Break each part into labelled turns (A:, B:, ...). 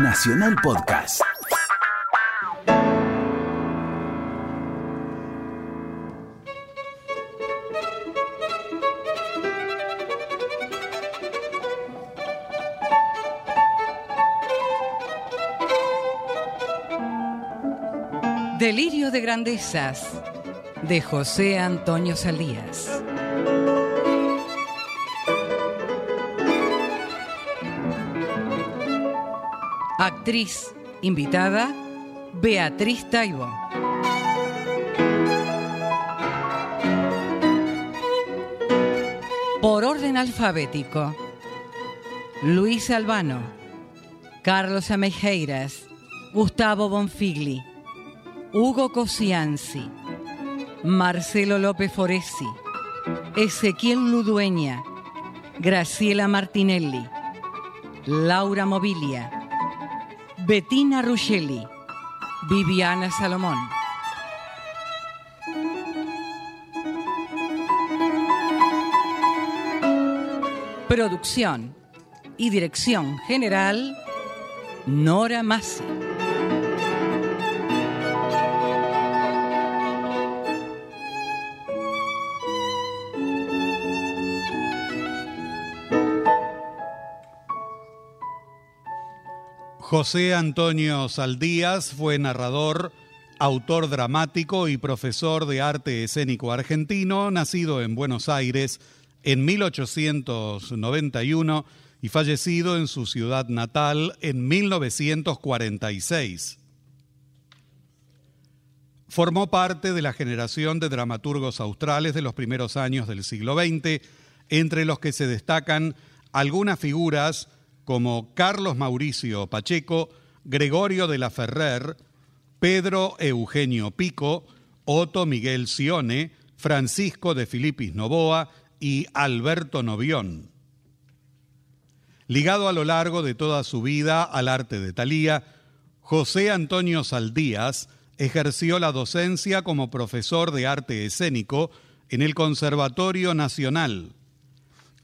A: Nacional Podcast.
B: Delirio de Grandezas de José Antonio Salías. Actriz invitada Beatriz Taibo. Por orden alfabético, Luis Albano, Carlos Amejeiras, Gustavo Bonfigli, Hugo Cosianzi, Marcelo López Foresi, Ezequiel Ludueña, Graciela Martinelli, Laura Mobilia, Bettina Ruggeli, Viviana Salomón. Producción y dirección general, Nora Massi.
C: José Antonio Saldías fue narrador, autor dramático y profesor de arte escénico argentino, nacido en Buenos Aires en 1891 y fallecido en su ciudad natal en 1946. Formó parte de la generación de dramaturgos australes de los primeros años del siglo XX, entre los que se destacan algunas figuras como Carlos Mauricio Pacheco, Gregorio de la Ferrer, Pedro Eugenio Pico, Otto Miguel Sione, Francisco de Filipis Novoa y Alberto Novión. Ligado a lo largo de toda su vida al arte de Talía, José Antonio Saldías ejerció la docencia como profesor de arte escénico en el Conservatorio Nacional.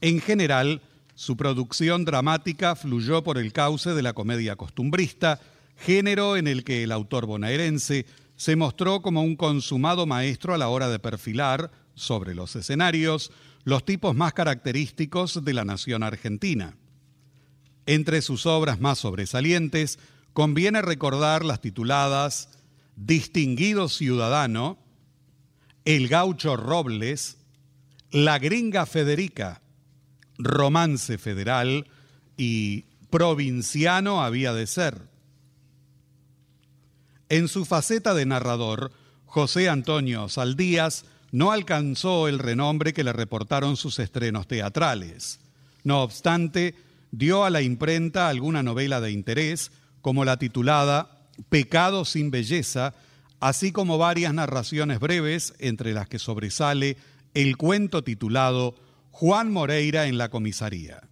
C: En general, su producción dramática fluyó por el cauce de la comedia costumbrista, género en el que el autor bonaerense se mostró como un consumado maestro a la hora de perfilar, sobre los escenarios, los tipos más característicos de la nación argentina. Entre sus obras más sobresalientes, conviene recordar las tituladas Distinguido Ciudadano, El Gaucho Robles, La Gringa Federica, romance federal y provinciano había de ser. En su faceta de narrador, José Antonio Saldías no alcanzó el renombre que le reportaron sus estrenos teatrales. No obstante, dio a la imprenta alguna novela de interés, como la titulada Pecado sin Belleza, así como varias narraciones breves, entre las que sobresale el cuento titulado Juan Moreira en la comisaría.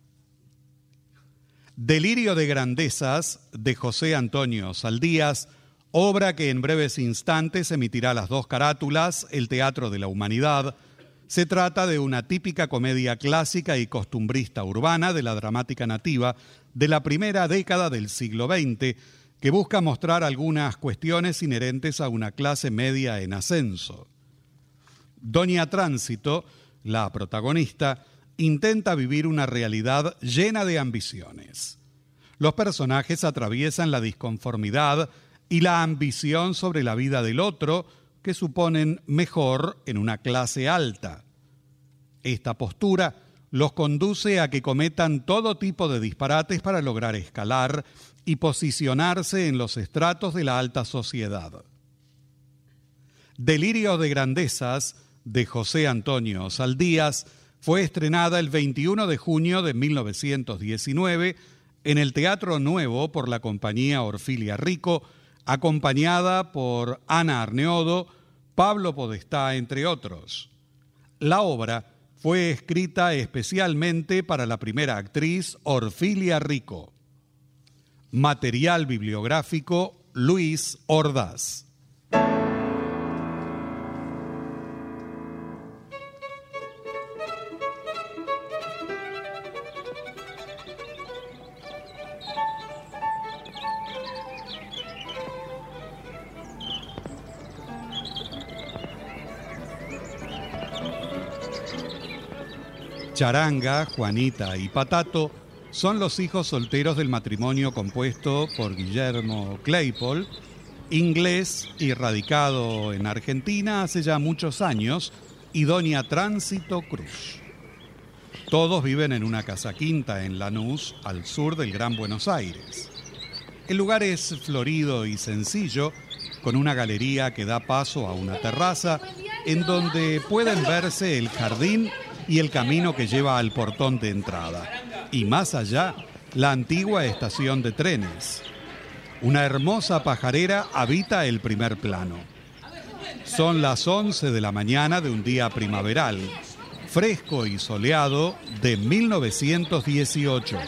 C: Delirio de Grandezas de José Antonio Saldías, obra que en breves instantes emitirá las dos carátulas, El Teatro de la Humanidad. Se trata de una típica comedia clásica y costumbrista urbana de la dramática nativa de la primera década del siglo XX, que busca mostrar algunas cuestiones inherentes a una clase media en ascenso. Doña Tránsito, la protagonista, intenta vivir una realidad llena de ambiciones. Los personajes atraviesan la disconformidad y la ambición sobre la vida del otro que suponen mejor en una clase alta. Esta postura los conduce a que cometan todo tipo de disparates para lograr escalar y posicionarse en los estratos de la alta sociedad. Delirios de grandezas de José Antonio Saldías fue estrenada el 21 de junio de 1919 en el Teatro Nuevo por la compañía Orfilia Rico, acompañada por Ana Arneodo, Pablo Podestá, entre otros. La obra fue escrita especialmente para la primera actriz Orfilia Rico. Material bibliográfico Luis Ordaz. Charanga, Juanita y Patato son los hijos solteros del matrimonio compuesto por Guillermo Claypole, inglés y radicado en Argentina hace ya muchos años, y doña Tránsito Cruz. Todos viven en una casa quinta en Lanús, al sur del Gran Buenos Aires. El lugar es florido y sencillo, con una galería que da paso a una terraza en donde pueden verse el jardín y el camino que lleva al portón de entrada. Y más allá, la antigua estación de trenes. Una hermosa pajarera habita el primer plano. Son las 11 de la mañana de un día primaveral, fresco y soleado de 1918.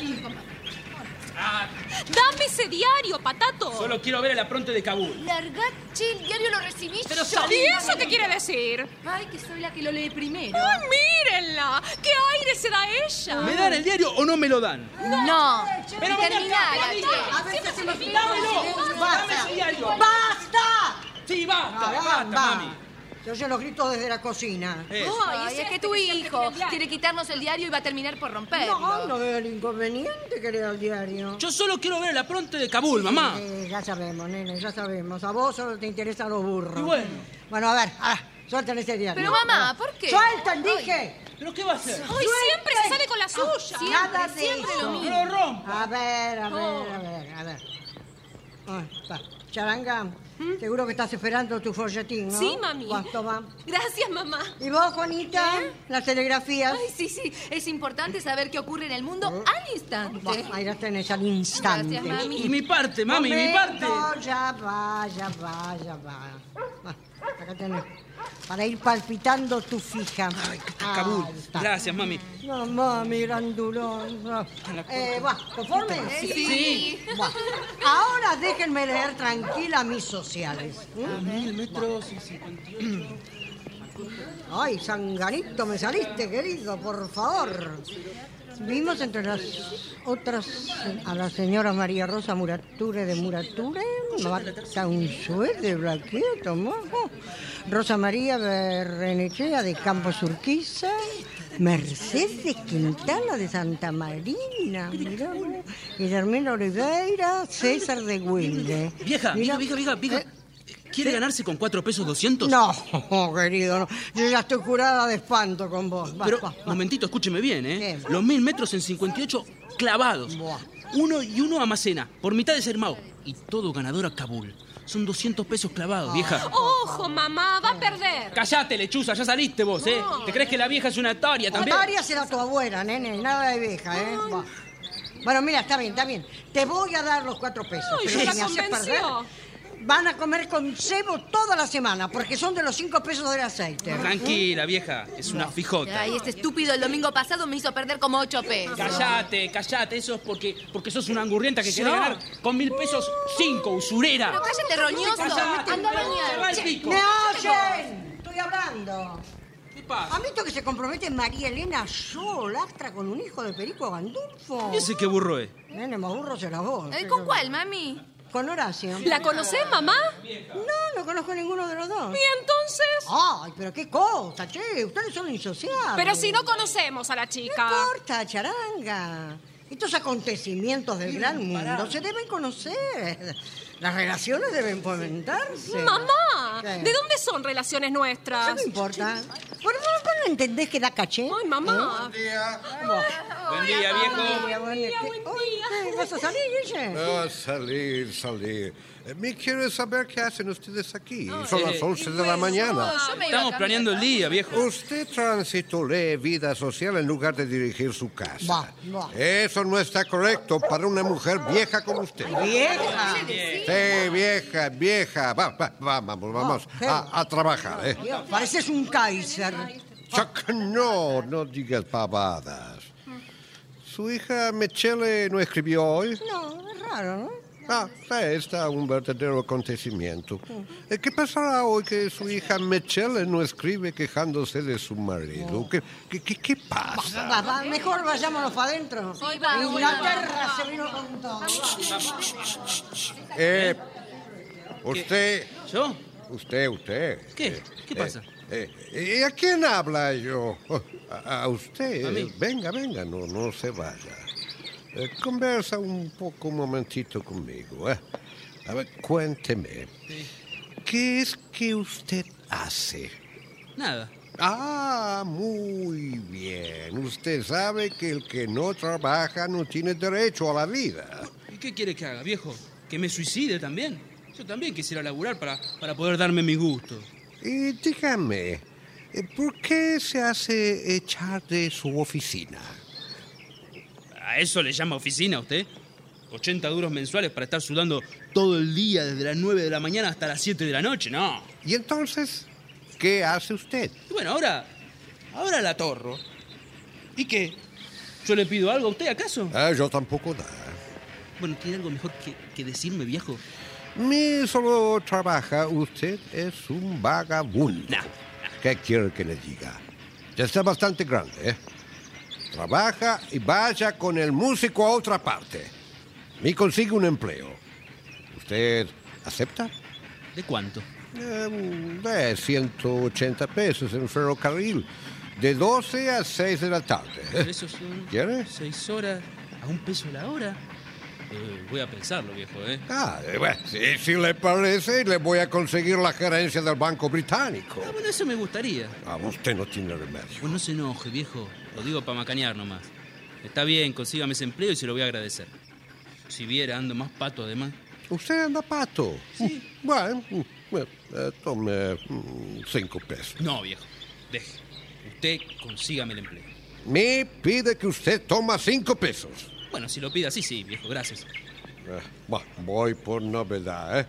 A: ¡Dame ese este diario, patato!
D: Solo quiero ver el apronte de Kabul.
E: Largat, che, el diario lo recibiste.
D: Pero
A: ¿Y eso qué quiere decir?
E: Ay, que soy la que lo lee primero.
A: ¡Ay, mírenla! ¡Qué aire se da ella!
D: ¿Me dan el diario o no me lo dan?
E: No,
D: Pero ven acá,
E: terminala,
D: Juanita.
E: che.
F: A veces se los
D: ¡Dámelo! ¡Dame ese diario!
F: ¡Basta! Ah,
D: ¡Sí, basta, basta,
F: ¡Caramba!
D: mami!
F: Se oyen los gritos desde la cocina.
D: Es.
E: Ay, es
A: este
E: que tu hijo quiere quitarnos el diario y va a terminar por romperlo.
F: No, no veo el inconveniente que lea el diario.
D: Yo solo quiero ver el apronte de Kabul, mamá.
F: Eh, ya sabemos, nene, ya sabemos. A vos solo te interesan los burros.
D: Y bueno.
F: Bueno, a ver, a ver, suelten ese diario.
E: Pero, mamá, ¿por qué?
F: ¡Suelten, dije! Ah,
D: ¿Pero qué va a hacer?
A: ¡Ay, siempre se sale con la suya!
F: Nada de eso.
D: ¡No lo rompa!
F: A ver, a ver, a ver, a ver. Ah, está. Charanga, seguro que estás esperando tu folletín, ¿no?
A: Sí, mami.
F: ¿Cuánto va?
A: Gracias, mamá.
F: ¿Y vos, Juanita? Las telegrafías.
E: Ay, sí, sí. Es importante saber qué ocurre en el mundo
F: Mm.
E: al instante.
F: Bueno, ahí las tenés al instante.
E: Gracias, mami.
D: Y mi parte, mami, mi parte.
F: No, ya va, ya va, ya va. Ah, acá tenés. Para ir palpitando tu fija. Ay,
D: Ah, Kabul. Gracias, mami.
F: No, mami, grandulón. No. Eh, va, ¿conforme? Sí. Va. Ahora déjenme leer tranquila mis sociales. ¿m?
D: Mil metros y cincuenta
F: Ay, sanganito, me saliste, querido, por favor. Vimos entre las otras a la señora María Rosa Murature de Murature, Marta Unzué de Blaquieto, Mojo, Rosa María Berrenechea de Campos Urquiza, Mercedes Quintana de Santa Marina, mirá, vos, Guillermina Oliveira, César de Wilde.
D: Vieja,
F: Mirá,
D: vieja, vieja, vieja, vieja.
F: eh,
D: ¿Quiere ganarse con cuatro pesos doscientos?
F: no, querido, no. Yo ya estoy curada de espanto con vos. Va,
D: Pero,
F: va, va.
D: momentito, escúcheme bien, ¿eh?
F: ¿Qué?
D: Los mil metros en 58 clavados.
F: Buah.
D: Uno y uno almacena, por mitad de Sermao. Y todo ganador a Kabul. Son 200 pesos clavados,
F: Ah.
D: vieja.
A: ¡Ojo, mamá! ¡Va a perder!
D: Callate, lechuza, ya saliste vos, ¿eh? ¿Te crees que la vieja es una taria también?
F: Notaria será tu abuela, nene, nada de vieja, ¿eh? Va. Bueno, mira, está bien, está bien. Te voy a dar los cuatro pesos.
A: Ay,
F: pero
A: ya
F: si
A: la
F: me haces
A: convenció.
F: perder, Van a comer con cebo toda la semana, porque son de los cinco pesos del aceite.
D: Tranquila, vieja, es una fijota.
E: Ay, este estúpido el domingo pasado me hizo perder como ocho pesos.
D: Callate, callate, eso es porque, porque sos una angurrienta que quiere ganar con mil pesos cinco, usurera.
E: Pero cállate, roñoso.
D: Callate,
E: Anda a
D: se va
E: bañar.
D: el
E: Che,
D: pico.
F: ¡Me oyen! Estoy hablando.
D: ¿Qué pasa?
F: ¿Han visto que se compromete María Elena Solastra con un hijo de Perico Gandulfo?
D: ¿Y ese qué burro es?
F: Nene, más burro serás vos.
E: eh, ¿Con cuál, mami?
F: Con Horacio.
A: ¿La conocés, mamá?
F: No, no conozco a ninguno de los dos.
A: ¿Y entonces?
F: Ay, pero qué cosa, che, ustedes son insociables.
A: Pero si no conocemos a la chica.
F: No importa, charanga. Estos acontecimientos del gran mundo se deben conocer. Las relaciones deben fomentarse.
A: ¡Mamá!
F: ¿Qué?
A: ¿De dónde son relaciones
F: ¿Qué me
A: nuestras?
F: importa? ¿Por qué no entendés que da caché?
A: ¡Ay, mamá!
G: ¿Eh?
D: Buen día, viejo.
F: Mira, bueno, ¿qué- Uy, ¿qué? ¿Vas a salir, Guille?
H: Ah, salir, salir. Eh, Me quiero saber qué hacen ustedes aquí. Son las
D: eh,
H: 11 de la mañana.
E: Yo me iba a
D: Estamos
E: cambiar.
D: planeando el día, viejo.
H: Usted tránsito lee vida social en lugar de dirigir su casa.
F: Va, va.
H: Eso no está correcto para una mujer vieja como usted.
F: Vieja.
H: Sí, vieja, vieja. Va, va, va, vamos, vamos
F: sí.
H: a, a trabajar. ¿eh?
F: Dios, Pareces un Kaiser.
H: Chuck, no, no digas pavadas. ¿Su hija Michele no escribió hoy?
F: No, es raro, ¿no?
H: Ah, sí, está un verdadero acontecimiento.
D: Mm.
H: Eh, ¿Qué pasará hoy que su hija Michelle no escribe quejándose de su marido? ¿Qué, qué, qué- qué pasa?
F: Va, va, mejor vayámonos para adentro.
E: Ay, va,
F: Inglaterra se vino con todo.
H: Eh, usted,
D: ¿Yo?
H: usted, usted.
D: ¿Qué?
H: Eh,
D: ¿Qué
H: eh,
D: pasa?
H: eh, ¿Y a quién habla yo? A, a usted.
D: ¿A mí?
H: venga, venga, no, no se vaya. Eh, conversa un poco, un momentito conmigo. ¿eh? A ver, cuénteme. ¿Qué es que usted hace?
D: Nada.
H: Ah, muy bien. Usted sabe que el que no trabaja no tiene derecho a la vida.
D: ¿Y qué quiere que haga, viejo? ¿Que me suicide también? Yo también quisiera laburar para, para poder darme mi gusto.
H: Y dígame, eh, ¿por qué se hace echar de su oficina?
D: ¿A eso le llama oficina usted? 80 duros mensuales para estar sudando todo el día desde las 9 de la mañana hasta las 7 de la noche, no.
H: Y entonces, ¿qué hace usted?
D: Y bueno, ahora. Ahora la torro. ¿Y qué? ¿Yo le pido algo a usted acaso?
H: Ah, yo tampoco da.
D: Bueno, ¿tiene algo mejor que, que decirme, viejo?
H: Mi solo trabaja, usted es un vagabundo.
D: No.
H: ¿Qué quiere que le diga? Ya está bastante grande, ¿eh? Trabaja y vaya con el músico a otra parte. Me consigue un empleo. ¿Usted acepta?
D: ¿De cuánto?
H: Eh, de 180 pesos en ferrocarril, de 12 a 6 de la tarde. ¿eh?
D: Pero Eso son.
H: ¿Quiere?
D: Seis horas a un peso la hora. Eh, voy a pensarlo, viejo, ¿eh?
H: Ah, eh, bueno, si, si le parece, le voy a conseguir la gerencia del Banco Británico.
D: Ah, bueno, eso me gustaría.
H: Ah, usted no tiene remedio.
D: Pues no se enoje, viejo. Lo digo para macanear nomás. Está bien, consígame ese empleo y se lo voy a agradecer. Si viera, ando más pato además.
H: Usted anda pato. Sí. Bueno, mm, bueno, eh, tome mm, cinco pesos.
D: No, viejo. Deje. Usted consígame el empleo.
H: Me pide que usted toma cinco pesos.
D: Bueno, si lo pide así, sí, viejo. Gracias.
H: Eh, bah, voy por novedad, ¿eh?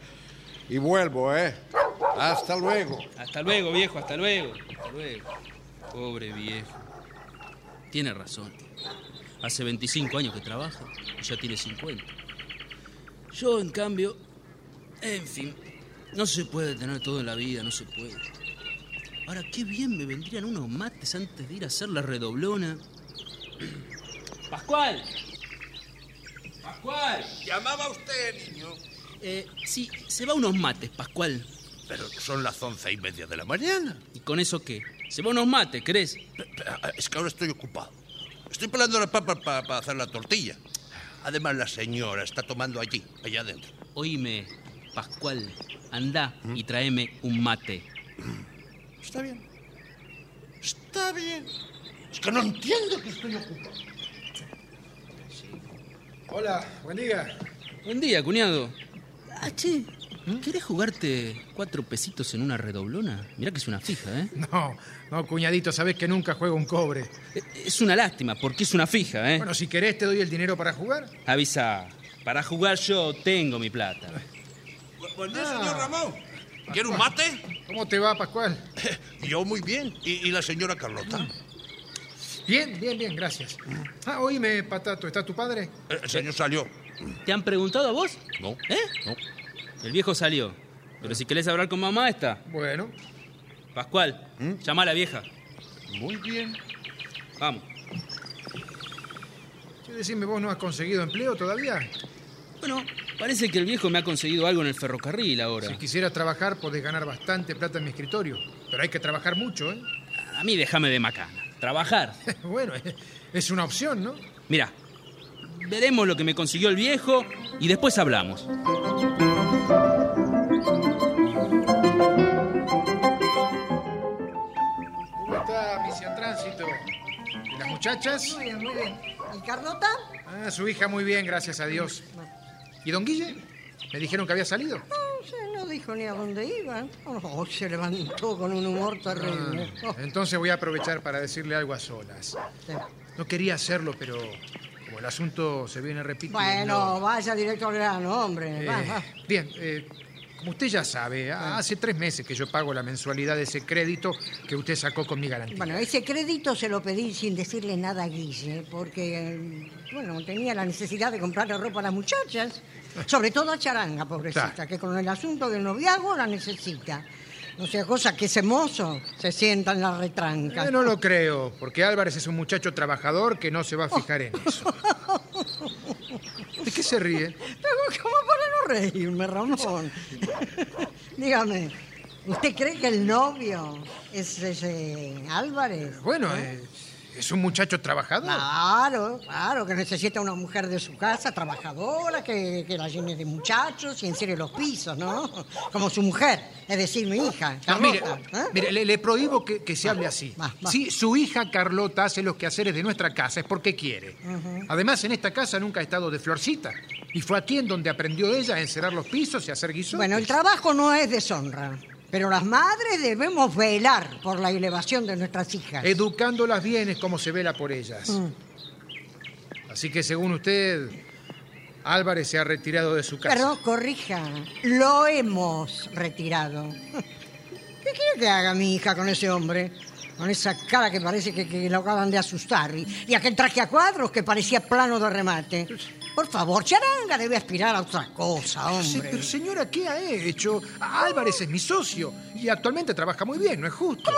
H: Y vuelvo, ¿eh? Hasta
I: Oh,
H: luego.
D: Hasta luego, viejo. Hasta luego. Hasta luego. Pobre viejo. Tiene razón. Hace 25 años que trabaja y ya tiene 50. Yo, en cambio... En fin. No se puede tener todo en la vida, no se puede. Ahora, qué bien me vendrían unos mates antes de ir a hacer la redoblona. ¡Pascual! ¡Pascual!
I: Llamaba usted, niño.
D: Eh, sí, se va unos mates, Pascual.
I: Pero son las once y media de la mañana.
D: ¿Y con eso qué? Se va unos mates, ¿crees?
I: Pe- pe- Es que ahora estoy ocupado. Estoy pelando la papa para hacer la tortilla. Además, la señora está tomando allí, allá adentro. ¿Mm?
D: Oíme, Pascual, anda y tráeme un mate.
I: oh, Está bien. Está bien. Es que no entiendo que estoy ocupado.
J: Hola, buen día.
D: Buen día, cuñado. Ah, che,
I: ¿Mm?
D: ¿querés jugarte cuatro pesitos en una redoblona? Mirá que es una fija, ¿eh?
J: No, no, cuñadito, sabés que nunca juego un cobre.
D: Eh, Es una lástima, porque es una fija, ¿eh?
J: Bueno, si querés te doy el dinero para jugar.
D: Avisa, para jugar yo tengo mi plata.
I: Bu- Buen día,
D: Ah.
I: señor Ramón. ¿Quiere un mate?
J: ¿Cómo te va, Pascual?
I: Yo muy bien. ¿Y, y la señora Carlota?
J: Bien, bien, bien, gracias. Ah, oíme, Patato, ¿está tu padre?
I: Eh, El señor salió.
D: ¿Te han preguntado a vos?
I: No.
D: ¿Eh?
I: No.
D: El viejo salió. Pero si querés hablar con mamá, está.
J: Bueno, ¿Mm?
D: Pascual, llama a la vieja.
I: Muy bien.
D: Vamos.
J: che, decime, ¿vos no has conseguido empleo todavía?
D: Bueno, parece que el viejo me ha conseguido algo en el ferrocarril ahora.
J: Si quisieras trabajar, podés ganar bastante plata en mi escritorio. Pero hay que trabajar mucho, ¿eh?
D: A mí déjame de macana. Trabajar.
J: Bueno, es una opción, ¿no?
D: Mira, veremos lo que me consiguió el viejo y después hablamos.
J: ¿Cómo está Misia Tránsito? ¿Y las muchachas?
F: Muy bien, muy bien. ¿Y Carlota?
J: Ah, su hija muy bien, gracias a Dios. ¿Y don Guille? Me dijeron que había salido.
F: No sé, no dijo ni a dónde iba. Oh, se levantó con un humor terrible.
J: Ah, Entonces voy a aprovechar para decirle algo a solas.
F: Oh.
J: No quería hacerlo, pero como el asunto se viene repitiendo...
F: Bueno, vaya directo al grano, hombre.
J: Eh,
F: Va, va.
J: bien, eh, como usted ya sabe, a- hace tres meses que yo pago la mensualidad de ese crédito que usted sacó con mi garantía.
F: Bueno, ese crédito se lo pedí sin decirle nada a Guille, porque, eh, bueno, tenía la necesidad de comprarle ropa a las muchachas, sobre todo a Charanga, pobrecita,
J: Claro.
F: que con el asunto del noviazgo la necesita. No sea cosa que ese mozo se sienta en la retranca.
J: Eh, no lo creo, porque Álvarez es un muchacho trabajador que no se va a fijar en eso. ¿De qué se ríe?
F: Pero como para no reírme, Ramón. Dígame, ¿Usted cree que el novio es ese Álvarez?
J: Bueno, eh, es un muchacho trabajador.
F: Claro, claro, que necesita una mujer de su casa, trabajadora, que, que la llene de muchachos y en serio los pisos, ¿no? Como su mujer, es decir, mi hija.
J: No, Ah, mire,
F: Carlota, ¿eh?
J: mire, le, le prohíbo que, que se hable así.
F: va, va.
J: Si su hija Carlota hace los quehaceres de nuestra casa es porque quiere. Además, en esta casa nunca ha estado de florcita. Y fue aquí en donde aprendió ella a encerrar los pisos y a hacer guisos.
F: Bueno, el trabajo no es deshonra, pero las madres debemos velar por la elevación de nuestras hijas. Mm.
J: Educándolas bien es como se vela por ellas. Así que, según usted, Álvarez se ha retirado de su casa.
F: Perdón, corrija, lo hemos retirado. ¿Qué quiere que haga mi hija con ese hombre? Con esa cara que parece que, que lo acaban de asustar y, y aquel traje a cuadros que parecía plano de remate. Por favor, Charanga debe aspirar a otra cosa,
J: Sí,
F: hombre.
J: pero señora, ¿qué ha hecho? Álvarez es mi socio y actualmente trabaja muy bien, no es justo.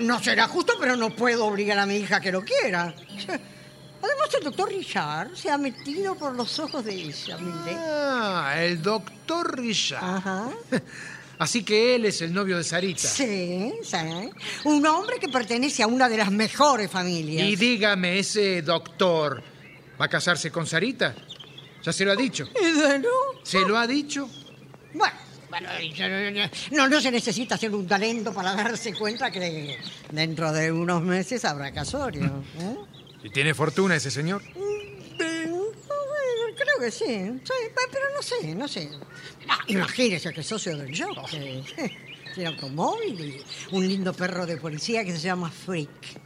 F: No será justo, pero no puedo obligar a mi hija que lo quiera. Además, el doctor Richard se ha metido por los ojos de ella, mire.
J: Ah, el doctor Richard.
F: Ajá.
J: Así que él es el novio de Sarita.
F: Sí, sí. Un hombre que pertenece a una de las mejores familias.
J: Y dígame, ese doctor, ¿va a casarse con Sarita? Ya se lo ha dicho.
F: ¿Y de no?
J: ¿Se lo ha dicho?
F: Bueno, bueno, y yo- yo- yo- no, no se necesita hacer un talento para darse cuenta que dentro de unos meses habrá casorio. ¿eh?
J: ¿Y tiene fortuna ese señor?
F: Mm, bueno, Creo que sí, sí, pe- pero no sé, no sé. Ah, imagínese que es socio del jockey. Tiene automóvil y un lindo perro de policía que se llama Freak.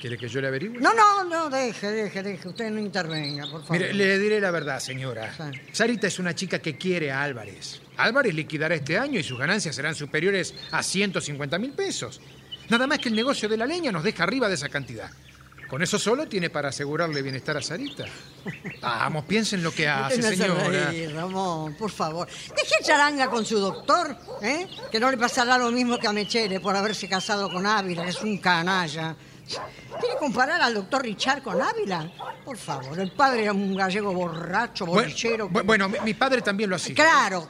J: ¿Quiere que yo le averigüe?
F: No, no, no, deje, deje, deje. Usted no intervenga, por favor.
J: Mire, le diré la verdad, señora.
F: Sí.
J: Sarita es una chica que quiere a Álvarez. Álvarez liquidará este año y sus ganancias serán superiores a 150 mil pesos. Nada más que el negocio de la leña nos deja arriba de esa cantidad. Con eso solo tiene para asegurarle bienestar a Sarita. Vamos, piensen lo que hace,
F: No se
J: Ah, señora.
F: ríe, Ramón, por favor. Deje charanga con su doctor, ¿eh? que no le pasará lo mismo que a Mechere por haberse casado con Ávila, que es un canalla. ¿Quiere comparar al doctor Richard con Ávila? Por favor, el padre era un gallego borracho, borrachero.
J: Bu- bueno, mi, mi padre también lo hacía.
F: Claro,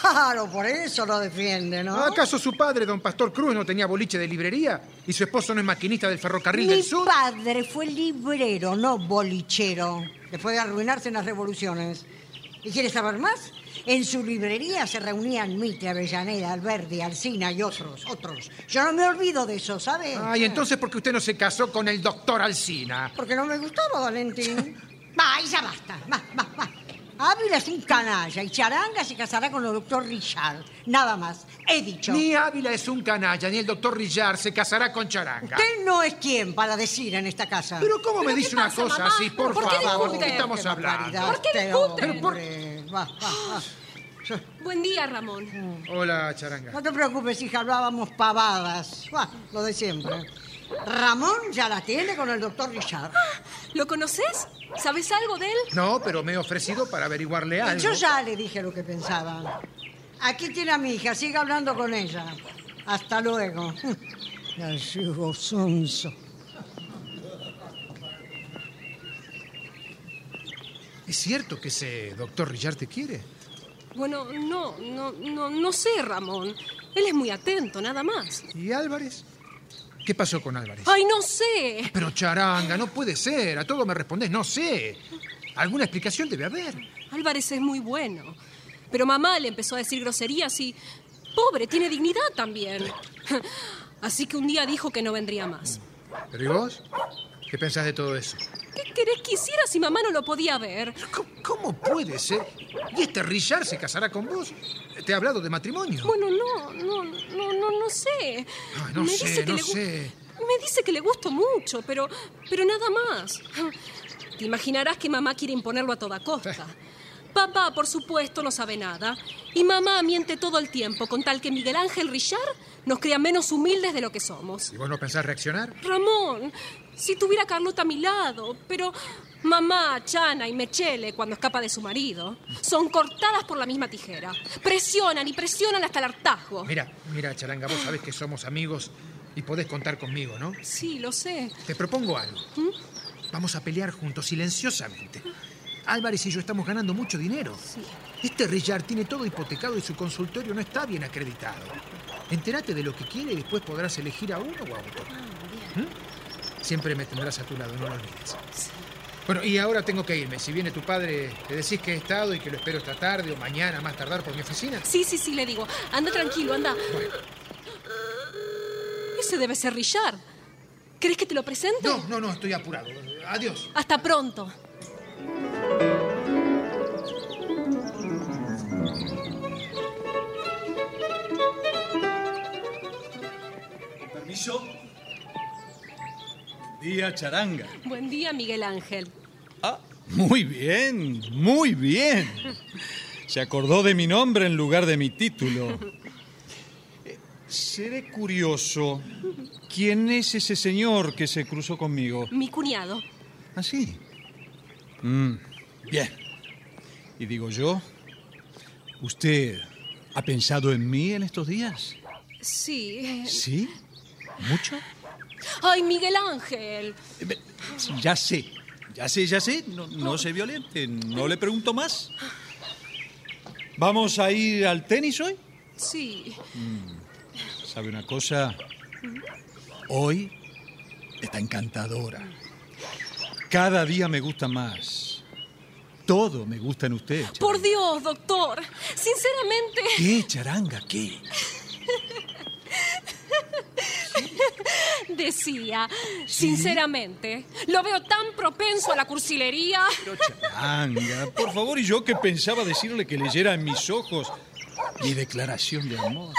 F: claro, por eso lo defiende, ¿no?
J: ¿Acaso su padre, don Pastor Cruz, no tenía boliche de librería? ¿Y su esposo no es maquinista del ferrocarril
F: Mi
J: del sur?
F: padre fue librero, no bolichero, después de arruinarse en las revoluciones. ¿Y quieres saber más? En su librería se reunían Mitre, Avellaneda, Alberdi, Alcina y otros, otros. Yo no me olvido de eso, ¿sabes?
J: Ay, entonces, ¿por qué usted no se casó con el doctor Alsina?
F: Porque no me gustaba Valentín. Va, y ya basta, va, va, va. Ávila es un canalla y Charanga se casará con el doctor Richard. Nada más, he dicho.
J: Ni Ávila es un canalla, ni el doctor Rillar se casará con Charanga.
F: Usted no es quien para decir en esta casa.
J: Pero ¿cómo me
A: ¿Pero
J: dice
A: qué
J: una
A: pasa,
J: cosa
A: mamá?
J: así? Por,
A: ¿Por qué
J: favor, ¿de
A: discute?
J: qué estamos
F: Qué barbaridad,
J: hablando?
A: ¿Por qué
F: usted,
A: discuten?
F: hombre. Va, va, va.
A: Buen día, Ramón.
J: Hola, Charanga.
F: No te preocupes, hija, hablábamos pavadas. Buah, lo de siempre. Ramón ya la tiene con el doctor Richard.
A: ¿Lo conoces? ¿Sabes algo de él?
J: No, pero me he ofrecido para averiguarle algo.
F: Yo ya le dije lo que pensaba. Aquí tiene a mi hija, siga hablando con ella. Hasta luego. Gallego sonso.
J: ¿Es cierto que ese doctor Rillar te quiere?
A: Bueno, no, no, no, no sé, Ramón. Él es muy atento, nada más.
J: ¿Y Álvarez? ¿Qué pasó con Álvarez?
A: Ay, no sé.
J: Pero Charanga, no puede ser. A todo me respondés, no sé. Alguna explicación debe haber.
A: Álvarez es muy bueno. Pero mamá le empezó a decir groserías y... Pobre, tiene dignidad también. Así que un día dijo que no vendría más.
J: ¿Pero y vos? ¿Qué pensás de todo eso?
A: ¿Qué querés que hiciera si mamá no lo podía ver?
J: ¿Cómo, cómo puede ser? ¿Y este Rillar se casará con vos? Te he hablado de matrimonio.
A: Bueno, no, no, no, no, no sé.
J: Ay, no sé, no
A: gu-
J: sé.
A: Me dice que le gusto mucho, pero, pero nada más. Te imaginarás que mamá quiere imponerlo a toda costa. Papá, por supuesto, no sabe nada. Y mamá miente todo el tiempo, con tal que Miguel Ángel Richard nos crea menos humildes de lo que somos.
J: ¿Y vos no pensás reaccionar?
A: Ramón, si tuviera a Carlota a mi lado, pero mamá, Chana y Mechele, cuando escapa de su marido, son cortadas por la misma tijera. Presionan y presionan hasta el hartazgo.
J: Mira, mira, Charanga, vos sabés que somos amigos y podés contar conmigo, ¿no?
A: Sí, lo sé. ¿Mm?
J: Te propongo algo. Vamos a pelear juntos, silenciosamente. Álvarez y yo estamos ganando mucho dinero. Este Rillar tiene todo hipotecado y su consultorio no está bien acreditado. Entérate de lo que quiere y después podrás elegir a uno o a otro. ¿Mm? Siempre me tendrás a tu lado, no lo olvides. Bueno, y ahora tengo que irme. Si viene tu padre, ¿te decís que he estado y que lo espero esta tarde o mañana, más tardar, por mi oficina?
A: Sí, sí, sí, le digo. Anda tranquilo, anda. Ese debe ser Richard. ¿Crees que te lo presento?
J: No, no, no, estoy apurado. Adiós.
A: Hasta pronto.
K: Permiso. Día charanga.
A: Buen día, Miguel Ángel.
K: Muy bien, muy bien. Se acordó de mi nombre en lugar de mi título. Eh, Seré curioso. ¿Quién es ese señor que se cruzó conmigo?
A: Mi cuñado.
K: ¿Ah, sí? Mm, bien. Y digo yo, ¿usted ha pensado en mí en estos días?
A: Sí. eh,
K: ¿Sí? ¿Mucho?
A: Ay, Miguel Ángel.
K: Ya sé, ya sé, ya sé. No, no se violente, no le pregunto más. ¿Vamos a ir al tenis hoy? Mm,
A: Sí.
K: ¿Sabe una cosa? Hoy está encantadora. Cada día me gusta más. Todo me gusta en usted. Char-
A: Por Dios, doctor. Sinceramente.
K: ¿Qué, charanga? ¿Qué?
A: Decía, sinceramente, lo veo tan propenso a la cursilería.
K: Charanga, por favor, y yo que pensaba decirle que leyera en mis ojos mi declaración de amor.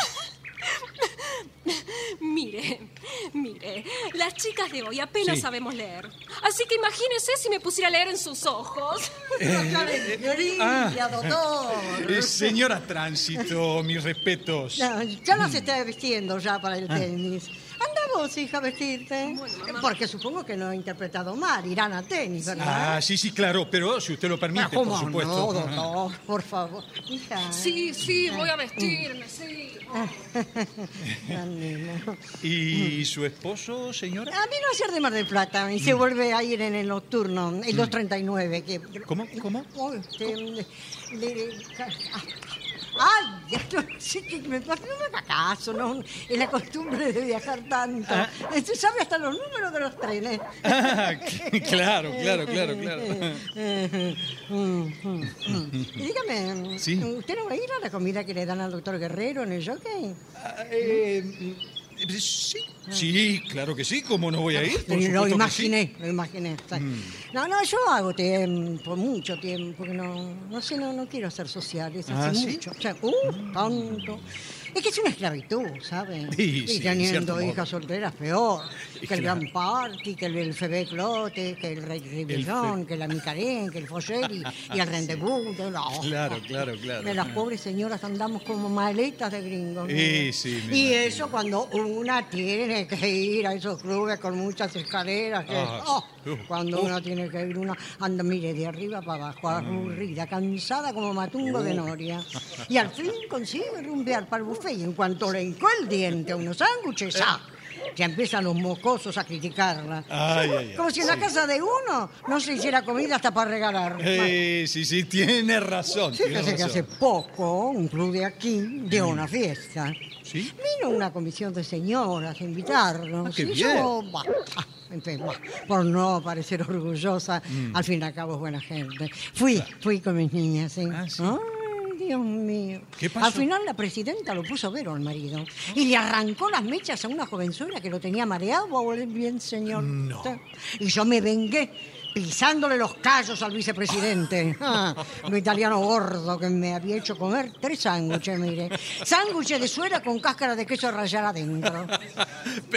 A: Mire, mire, las chicas de hoy apenas
K: Sí.
A: sabemos leer. Así que imagínese si me pusiera a leer en sus ojos.
K: ah.
F: doctor.
K: Eh, señora Tránsito, mis respetos.
F: No, ya las está vistiendo ya para
K: Ah.
F: el tenis. Anda vos, hija, a vestirte. Porque supongo que no he interpretado mal. Irán a tenis, ¿verdad?
K: Ah, sí, sí, claro, pero si usted lo
F: Ah,
K: permite,
F: ¿cómo
K: por supuesto. Ah.
F: No, doctor, Oh, por favor. Hija. Ah.
A: Sí, sí, voy a vestirme, sí.
F: Tan lindo. Mm.
K: ¿Y su esposo, señora?
F: Ah, Vino ayer de Mar del Plata y
K: Mm.
F: se vuelve a ir en el nocturno, el 239. Que...
K: ¿Cómo? ¿Cómo?
F: Ay, este, le- le- Ay, ya no sé qué me pasa, no me haga caso, no, es la costumbre de viajar tanto. Eh, Se sabe hasta los números de los trenes.
K: Ah, claro, claro, claro, claro.
F: Y dígame,
K: Sí.
F: ¿usted no va a ir a la comida que le dan al doctor Guerrero en el jockey?
K: Ah, eh, eh, sí, sí, claro que sí, ¿cómo no voy a ir? Por
F: Ah. lo
K: supuesto que sí. Mm.
F: imaginé, lo imaginé. está. No, no, yo hago tiempo, mucho tiempo, que no, no sé, no, no quiero ser social, es
K: Ah,
F: así
K: ¿sí?
F: mucho. O sea, uh, tanto. Es que es una esclavitud, ¿sabes?
K: Sí, sí,
F: y
K: en cierto
F: teniendo
K: modo.
F: hijas solteras, peor.
K: Y
F: que el
K: claro.
F: Gran Party, que el, el Febe Clote, que el Rey Ribellón, que la Micarén, que el Folleri y el Rendezvous. de la-
K: Claro, claro, claro. Ah.
F: de Oh. las pobres señoras andamos como maletas de gringos.
K: Sí,
F: mire.
K: sí, me
F: y eh,
K: imagino.
F: eso cuando una tiene que ir a esos clubes con muchas escaleras. que-
K: Ah,
F: oh,
K: uh,
F: cuando
K: uh.
F: uno tiene que ir, una anda, mire, de arriba para abajo,
K: Ah.
F: aburrida, cansada como matungo de noria. Y al fin consigue rumbear para el buffet. Y en cuanto le hincó el diente a unos sándwiches,
K: Eh.
F: ¡ah! Ya empiezan los mocosos a criticarla.
K: Ay, ay, ay,
F: Como si en la
K: sí.
F: casa de uno no se hiciera comida hasta para regalar.
K: Eh, sí, sí, tiene razón. tiene
F: Fíjese que
K: razón.
F: hace poco un club de aquí dio una fiesta.
K: ¿Sí?
F: Vino una comisión de señoras a invitarnos.
K: Ah, qué
F: y
K: bien.
F: yo, bah, ah, en fin, bah, por no parecer orgullosa,
K: Mm.
F: al fin y al cabo es buena gente. Fui, fui con mis niñas, ¿sí?
K: Ah, sí.
F: Ay, Dios mío.
K: ¿Qué pasó?
F: Al final la presidenta lo puso a ver al marido y le arrancó las mechas a una jovenzuela que lo tenía mareado, a volver bien señor.
K: No.
F: Y yo me vengué pisándole los callos al vicepresidente. Ah, un italiano gordo que me había hecho comer tres sándwiches, mire. Sándwiches de suera con cáscara de queso rallada adentro.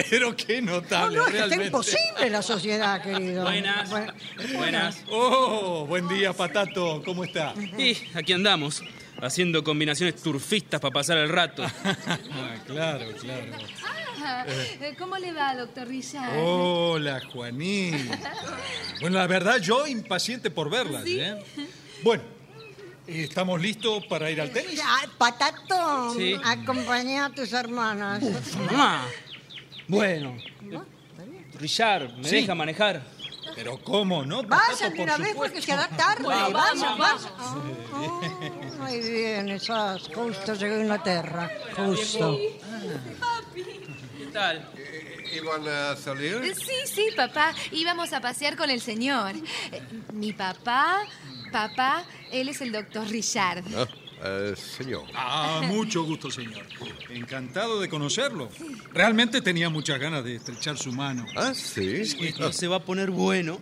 K: Pero qué
F: No,
K: notable,
F: no, es que está
K: realmente.
F: imposible la sociedad, querido.
D: Buenas.
F: Bueno,
D: Buenas.
K: Oh, buen día, Patato, ¿cómo está?
D: Y aquí andamos, haciendo combinaciones turfistas para pasar el rato.
K: Ah, claro, claro.
E: Ah, ¿Cómo le va, doctor Richard?
D: Oh.
K: Hola, Juanita. Bueno, la verdad, yo impaciente por verlas, ¿eh? Bueno, ¿estamos listos para ir al tenis?
F: Ah, Patato,
D: Sí.
F: acompañá a tus hermanas.
D: Mamá. Bueno. Richard, ¿me deja manejar?
K: Pero cómo no,
F: Vayan
K: Papato,
F: de una
K: por
F: vez porque
K: supuesto.
F: queda tarde.
K: Bueno,
F: vayan,
K: vamos,
F: vayan. Muy bien, esas. Justo llegué a Inglaterra. Justo.
G: ¿Ah?
D: ¿Qué tal?
H: Eh, ¿Iban a salir?
E: Sí, sí, papá. Íbamos a pasear con el señor. Eh, Mi papá, papá, él es el doctor Richard.
H: Ah, eh, señor.
K: Ah, mucho gusto, señor. Encantado de conocerlo. Realmente tenía muchas ganas de estrechar su mano.
H: Ah, sí.
K: se va a poner bueno.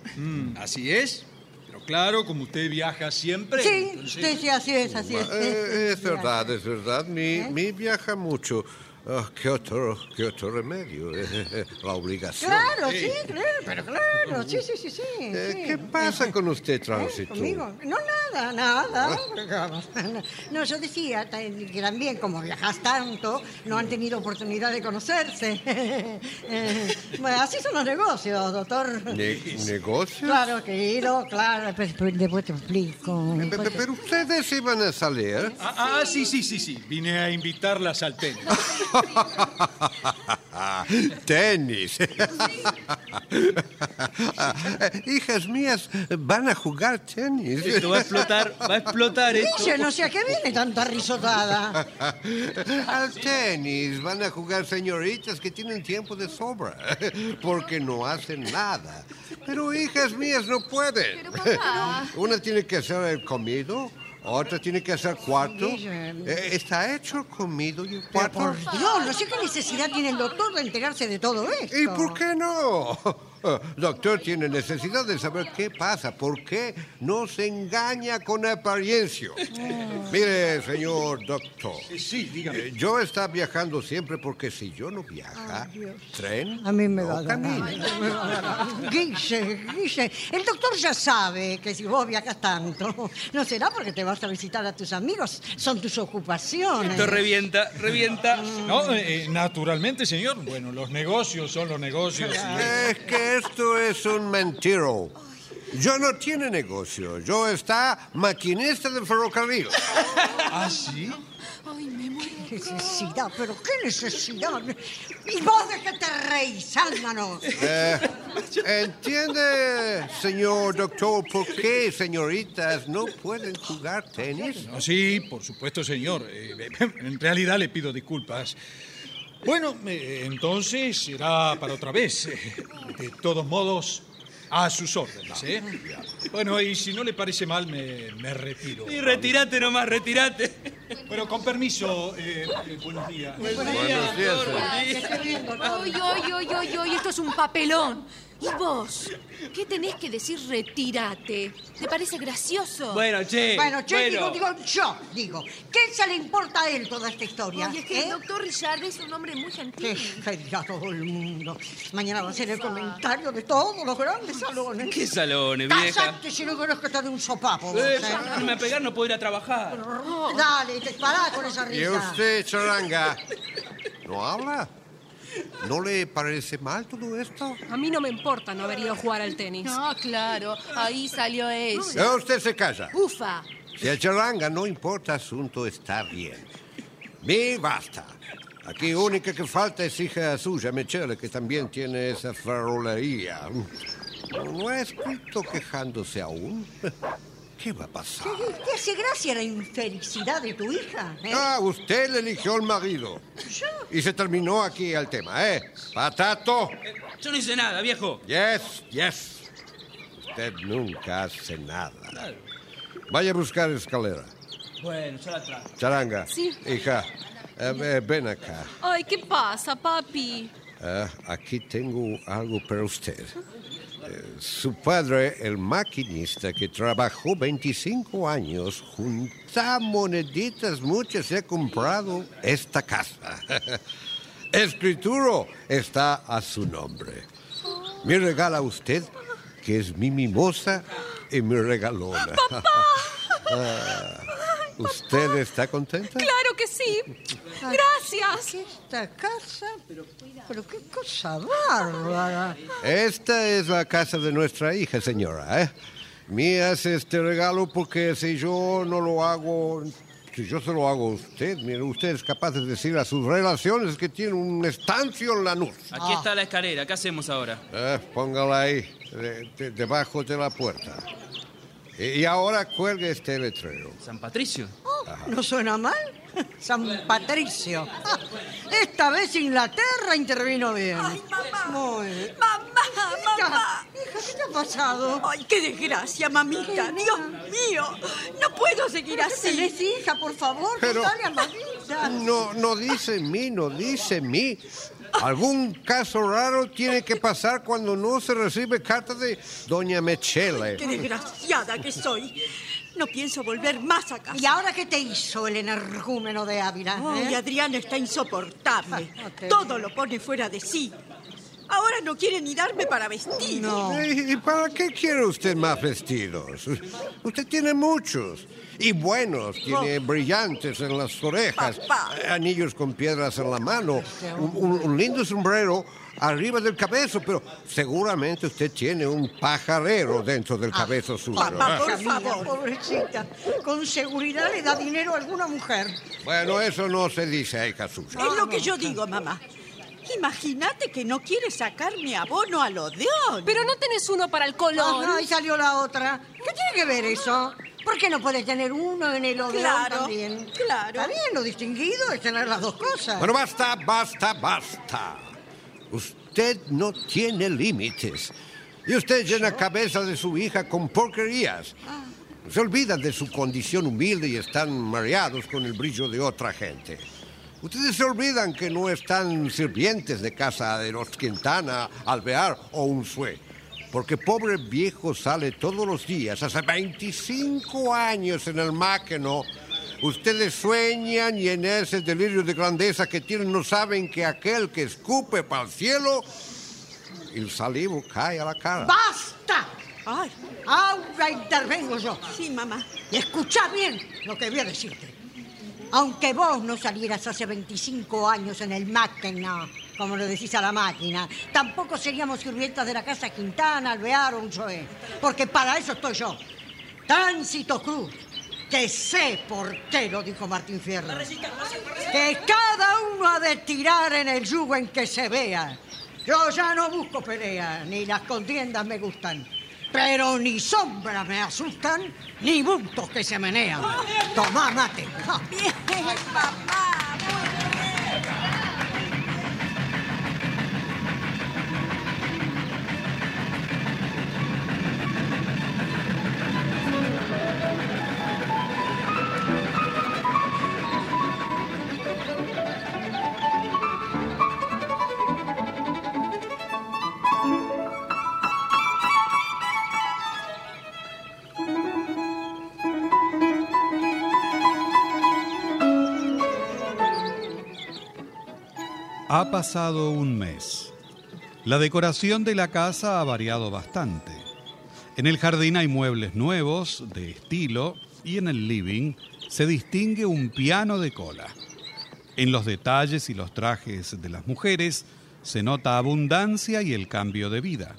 K: así es. Pero claro, como usted viaja siempre.
F: Sí,
K: entonces-
F: sí, ¿Eh? sí, así es, así es.
H: Eh, es verdad, es verdad. Mi, mi viaja mucho. Ah, ¿qué, otro, ¿Qué otro remedio? La obligación.
F: Claro, sí, claro, pero claro, sí, sí, sí, sí.
H: Eh,
F: sí. ¿Eh?
H: ¿Qué pasa con usted, Tránsito?
F: ¿Conmigo? No, nada, nada. No, yo decía que también, como viajas tanto, no han tenido oportunidad de conocerse. Eh, Bueno, así son los negocios, doctor.
H: Ne- ¿Negocio?
F: Claro, querido, claro, pues, pues, después te explico.
H: Eh, Pe- pe- Pero ustedes iban a salir.
K: Ah, ah, sí, sí, sí, sí. Vine a invitarlas al tenis.
H: Tenis. Eh, Hijas mías, van a jugar tenis.
D: Esto va a explotar, va a explotar esto.
F: Yo no sé a qué viene tanta risotada.
H: Al tenis van a jugar señoritas que tienen tiempo de sobra, porque no hacen nada. Pero hijas mías no pueden.
E: Pero, papá.
H: Una tiene que hacer el comido, otra tiene que hacer cuarto.
F: Sí, Guillermo.
H: Eh, ¿Está hecho el comido y el
F: Pero
H: cuarto?
F: por Dios, no sé qué necesidad tiene el doctor de enterarse de todo esto.
H: ¿Y por qué no? Doctor tiene necesidad de saber qué pasa, por qué no se engaña con apariencia.
F: Mm.
H: Mire, señor doctor,
K: Sí, dígame.
H: eh, yo está viajando siempre porque si yo no viaja, tren,
F: A mí me
H: no
F: va a dar.
H: camino.
F: Guille, Guille, el doctor ya sabe que si vos viajas tanto, no será porque te vas a visitar a tus amigos, son tus ocupaciones.
D: Esto revienta, revienta.
K: No, eh, eh, naturalmente, señor. Bueno, los negocios son los negocios. y-
H: Es que esto es un mentiro. Yo no tiene negocio, yo está maquinista de ferrocarril.
K: Ah, sí.
F: Qué necesidad, pero qué necesidad. ¿Y vos de qué te reís, álmanos?
H: Eh, ¿Entiende, señor doctor, por qué señoritas no pueden jugar tenis?
K: No, sí, por supuesto, señor. Eh, en realidad le pido disculpas. Bueno, eh, entonces será para otra vez. Eh, De todos modos, a sus órdenes. ¿eh? Bueno, y si no le parece mal, me, me retiro.
D: Y retirate nomás, retirate.
K: Bueno, con permiso, eh, eh, buenos días.
H: Buenos días, señor.
E: Oy, oy, oy, oy, oy, esto es un papelón. ¿Y vos? ¿Qué tenés que decir retírate? ¿Te parece gracioso?
D: Bueno, che.
F: Bueno, che, digo, digo yo, digo, ¿qué se le importa a él toda esta historia?
E: Oye, es que el
F: eh?
E: doctor Richard es un hombre muy
F: Que
E: gentil.
F: gentil a todo el mundo. Mañana va a ser el comentario de todos los grandes salones.
D: ¿Qué salones, vieja?
F: Cállate si no conozco estar de un sopapo. vos,
D: Eh,
F: ¿eh?
D: si no me va a pegar, no puedo ir a trabajar.
F: Dale, te pará con esa
H: ¿Y
F: risa.
H: usted, charanga? ¿No habla? ¿No le parece mal todo esto?
A: A mí no me importa no haber ido a jugar al tenis.
E: No, claro, ahí salió ella.
H: No, Eh, usted se calla.
E: Ufa.
H: Si a charanga no importa, asunto está bien. Me basta. Aquí única que falta es hija suya, Michelle, que también tiene esa farolería. ¿No ha escrito quejándose aún? ¿Qué va a pasar?
F: ¿Te hace gracia la infelicidad de tu hija? ¿eh?
H: Ah, usted le eligió el marido. Y se terminó aquí el tema, ¿eh? Patato.
D: Yo no hice nada, viejo.
H: Yes, yes. Usted nunca hace nada. Vaya a buscar escalera.
D: Bueno, ya la trajo.
H: Charanga.
A: Sí.
H: Hija, eh, eh, ven acá.
A: Ay, ¿qué pasa, papi?
H: Ah, aquí tengo algo para usted. Eh, su padre, el maquinista que trabajó 25 años, junta moneditas muchas y ha comprado esta casa. Escrituro está a su nombre. Me regala usted, que es mi mimosa y mi regalona. Ah, ¿Usted está contenta?
A: Claro que sí. Gracias.
F: Esta casa, pero qué cosa bárbara.
H: Esta es la casa de nuestra hija, señora. ¿eh? Me hace este regalo porque si yo no lo hago, Si yo se lo hago a usted, mire, usted es capaz de decir a sus relaciones que tiene un estancio en Lanús.
D: Aquí
F: Ah.
D: está la escalera, ¿qué hacemos ahora?
H: Eh, póngala ahí, de- de- debajo de la puerta. Y, y ahora cuelgue este letrero.
D: San Patricio.
F: Oh, ¿No suena mal? San Patricio. Ah, Esta vez Inglaterra intervino bien.
G: Ay, mamá.
F: Muy bien.
G: Mamá, mamá.
F: Hija, ¿qué te ha pasado?
G: Ay, qué desgracia, mamita. Dios mío. No puedo seguir
F: ¿Pero qué
G: así.
F: tenés, hija, por favor,
H: Pero-
F: contale a mamita.
H: No, no dice mí, no dice mí. Algún caso raro tiene que pasar cuando no se recibe carta de Doña Mechele.
G: Qué desgraciada que soy. No pienso volver más a
F: ¿Y
G: casa.
F: ahora qué te hizo el energúmeno de Ávila? eh?
G: Ay, Adriana está insoportable.
F: Ah, ok.
G: Todo lo pone fuera de sí. Ahora no quiere ni darme para vestir.
F: No.
H: ¿Y y para qué quiere usted más vestidos? Usted tiene muchos. Y buenos, tiene brillantes en las orejas,
G: Papá.
H: anillos con piedras en la mano, un, un- un lindo sombrero arriba del cabezo, pero seguramente usted tiene un pajarero dentro del cabezo suyo.
G: Ah,
H: Ah.
G: papá, por
F: Hija mía,
G: favor.
F: pobrecita. Con seguridad le da dinero a alguna mujer.
H: Bueno, eso no se dice, hija suya.
G: Es lo que yo digo, mamá. Imagínate que no quiere sacar mi abono al odeón.
A: Pero no tenés uno para el color.
F: Ajá, y salió la otra. ¿Qué tiene que ver eso? ¿Por qué no puedes tener uno en el hogar
G: Claro,
F: también?
G: claro.
F: Está bien, lo distinguido es tener las dos cosas.
H: Bueno, basta, basta, basta. Usted no tiene límites. Y usted llena cabeza de su hija con porquerías. Se olvidan de su condición humilde y están mareados con el brillo de otra gente. Ustedes se olvidan que no están sirvientes de casa de los Quintana, Alvear o Unzué. Porque pobre viejo sale todos los días, hace 25 años en el máquino. Ustedes sueñan y en ese delirio de grandeza que tienen no saben que aquel que escupe para el cielo, el salivo cae a la cara.
F: ¡Basta!
G: Ay,
F: Ahora intervengo yo.
G: sí, mamá.
F: Y escuchá bien lo que voy a decirte. Aunque vos no salieras hace 25 años en el máquina, como lo decís a la máquina, tampoco seríamos sirvientas de la casa Quintana, Alvear o Unzoé. Porque para eso estoy yo. Tránsito Cruz, que sé por qué lo dijo Martín Fierro. Que cada uno ha de tirar en el yugo en que se vea. Yo ya no busco pelea, ni las contiendas me gustan. Pero ni sombras me asustan, ni bultos que se menean. Tomá mate. Ja.
G: Bien, mamá.
C: Ha pasado un mes. La decoración de la casa ha variado bastante. En el jardín hay muebles nuevos, de estilo, y en el living se distingue un piano de cola. En los detalles y los trajes de las mujeres se nota abundancia y el cambio de vida.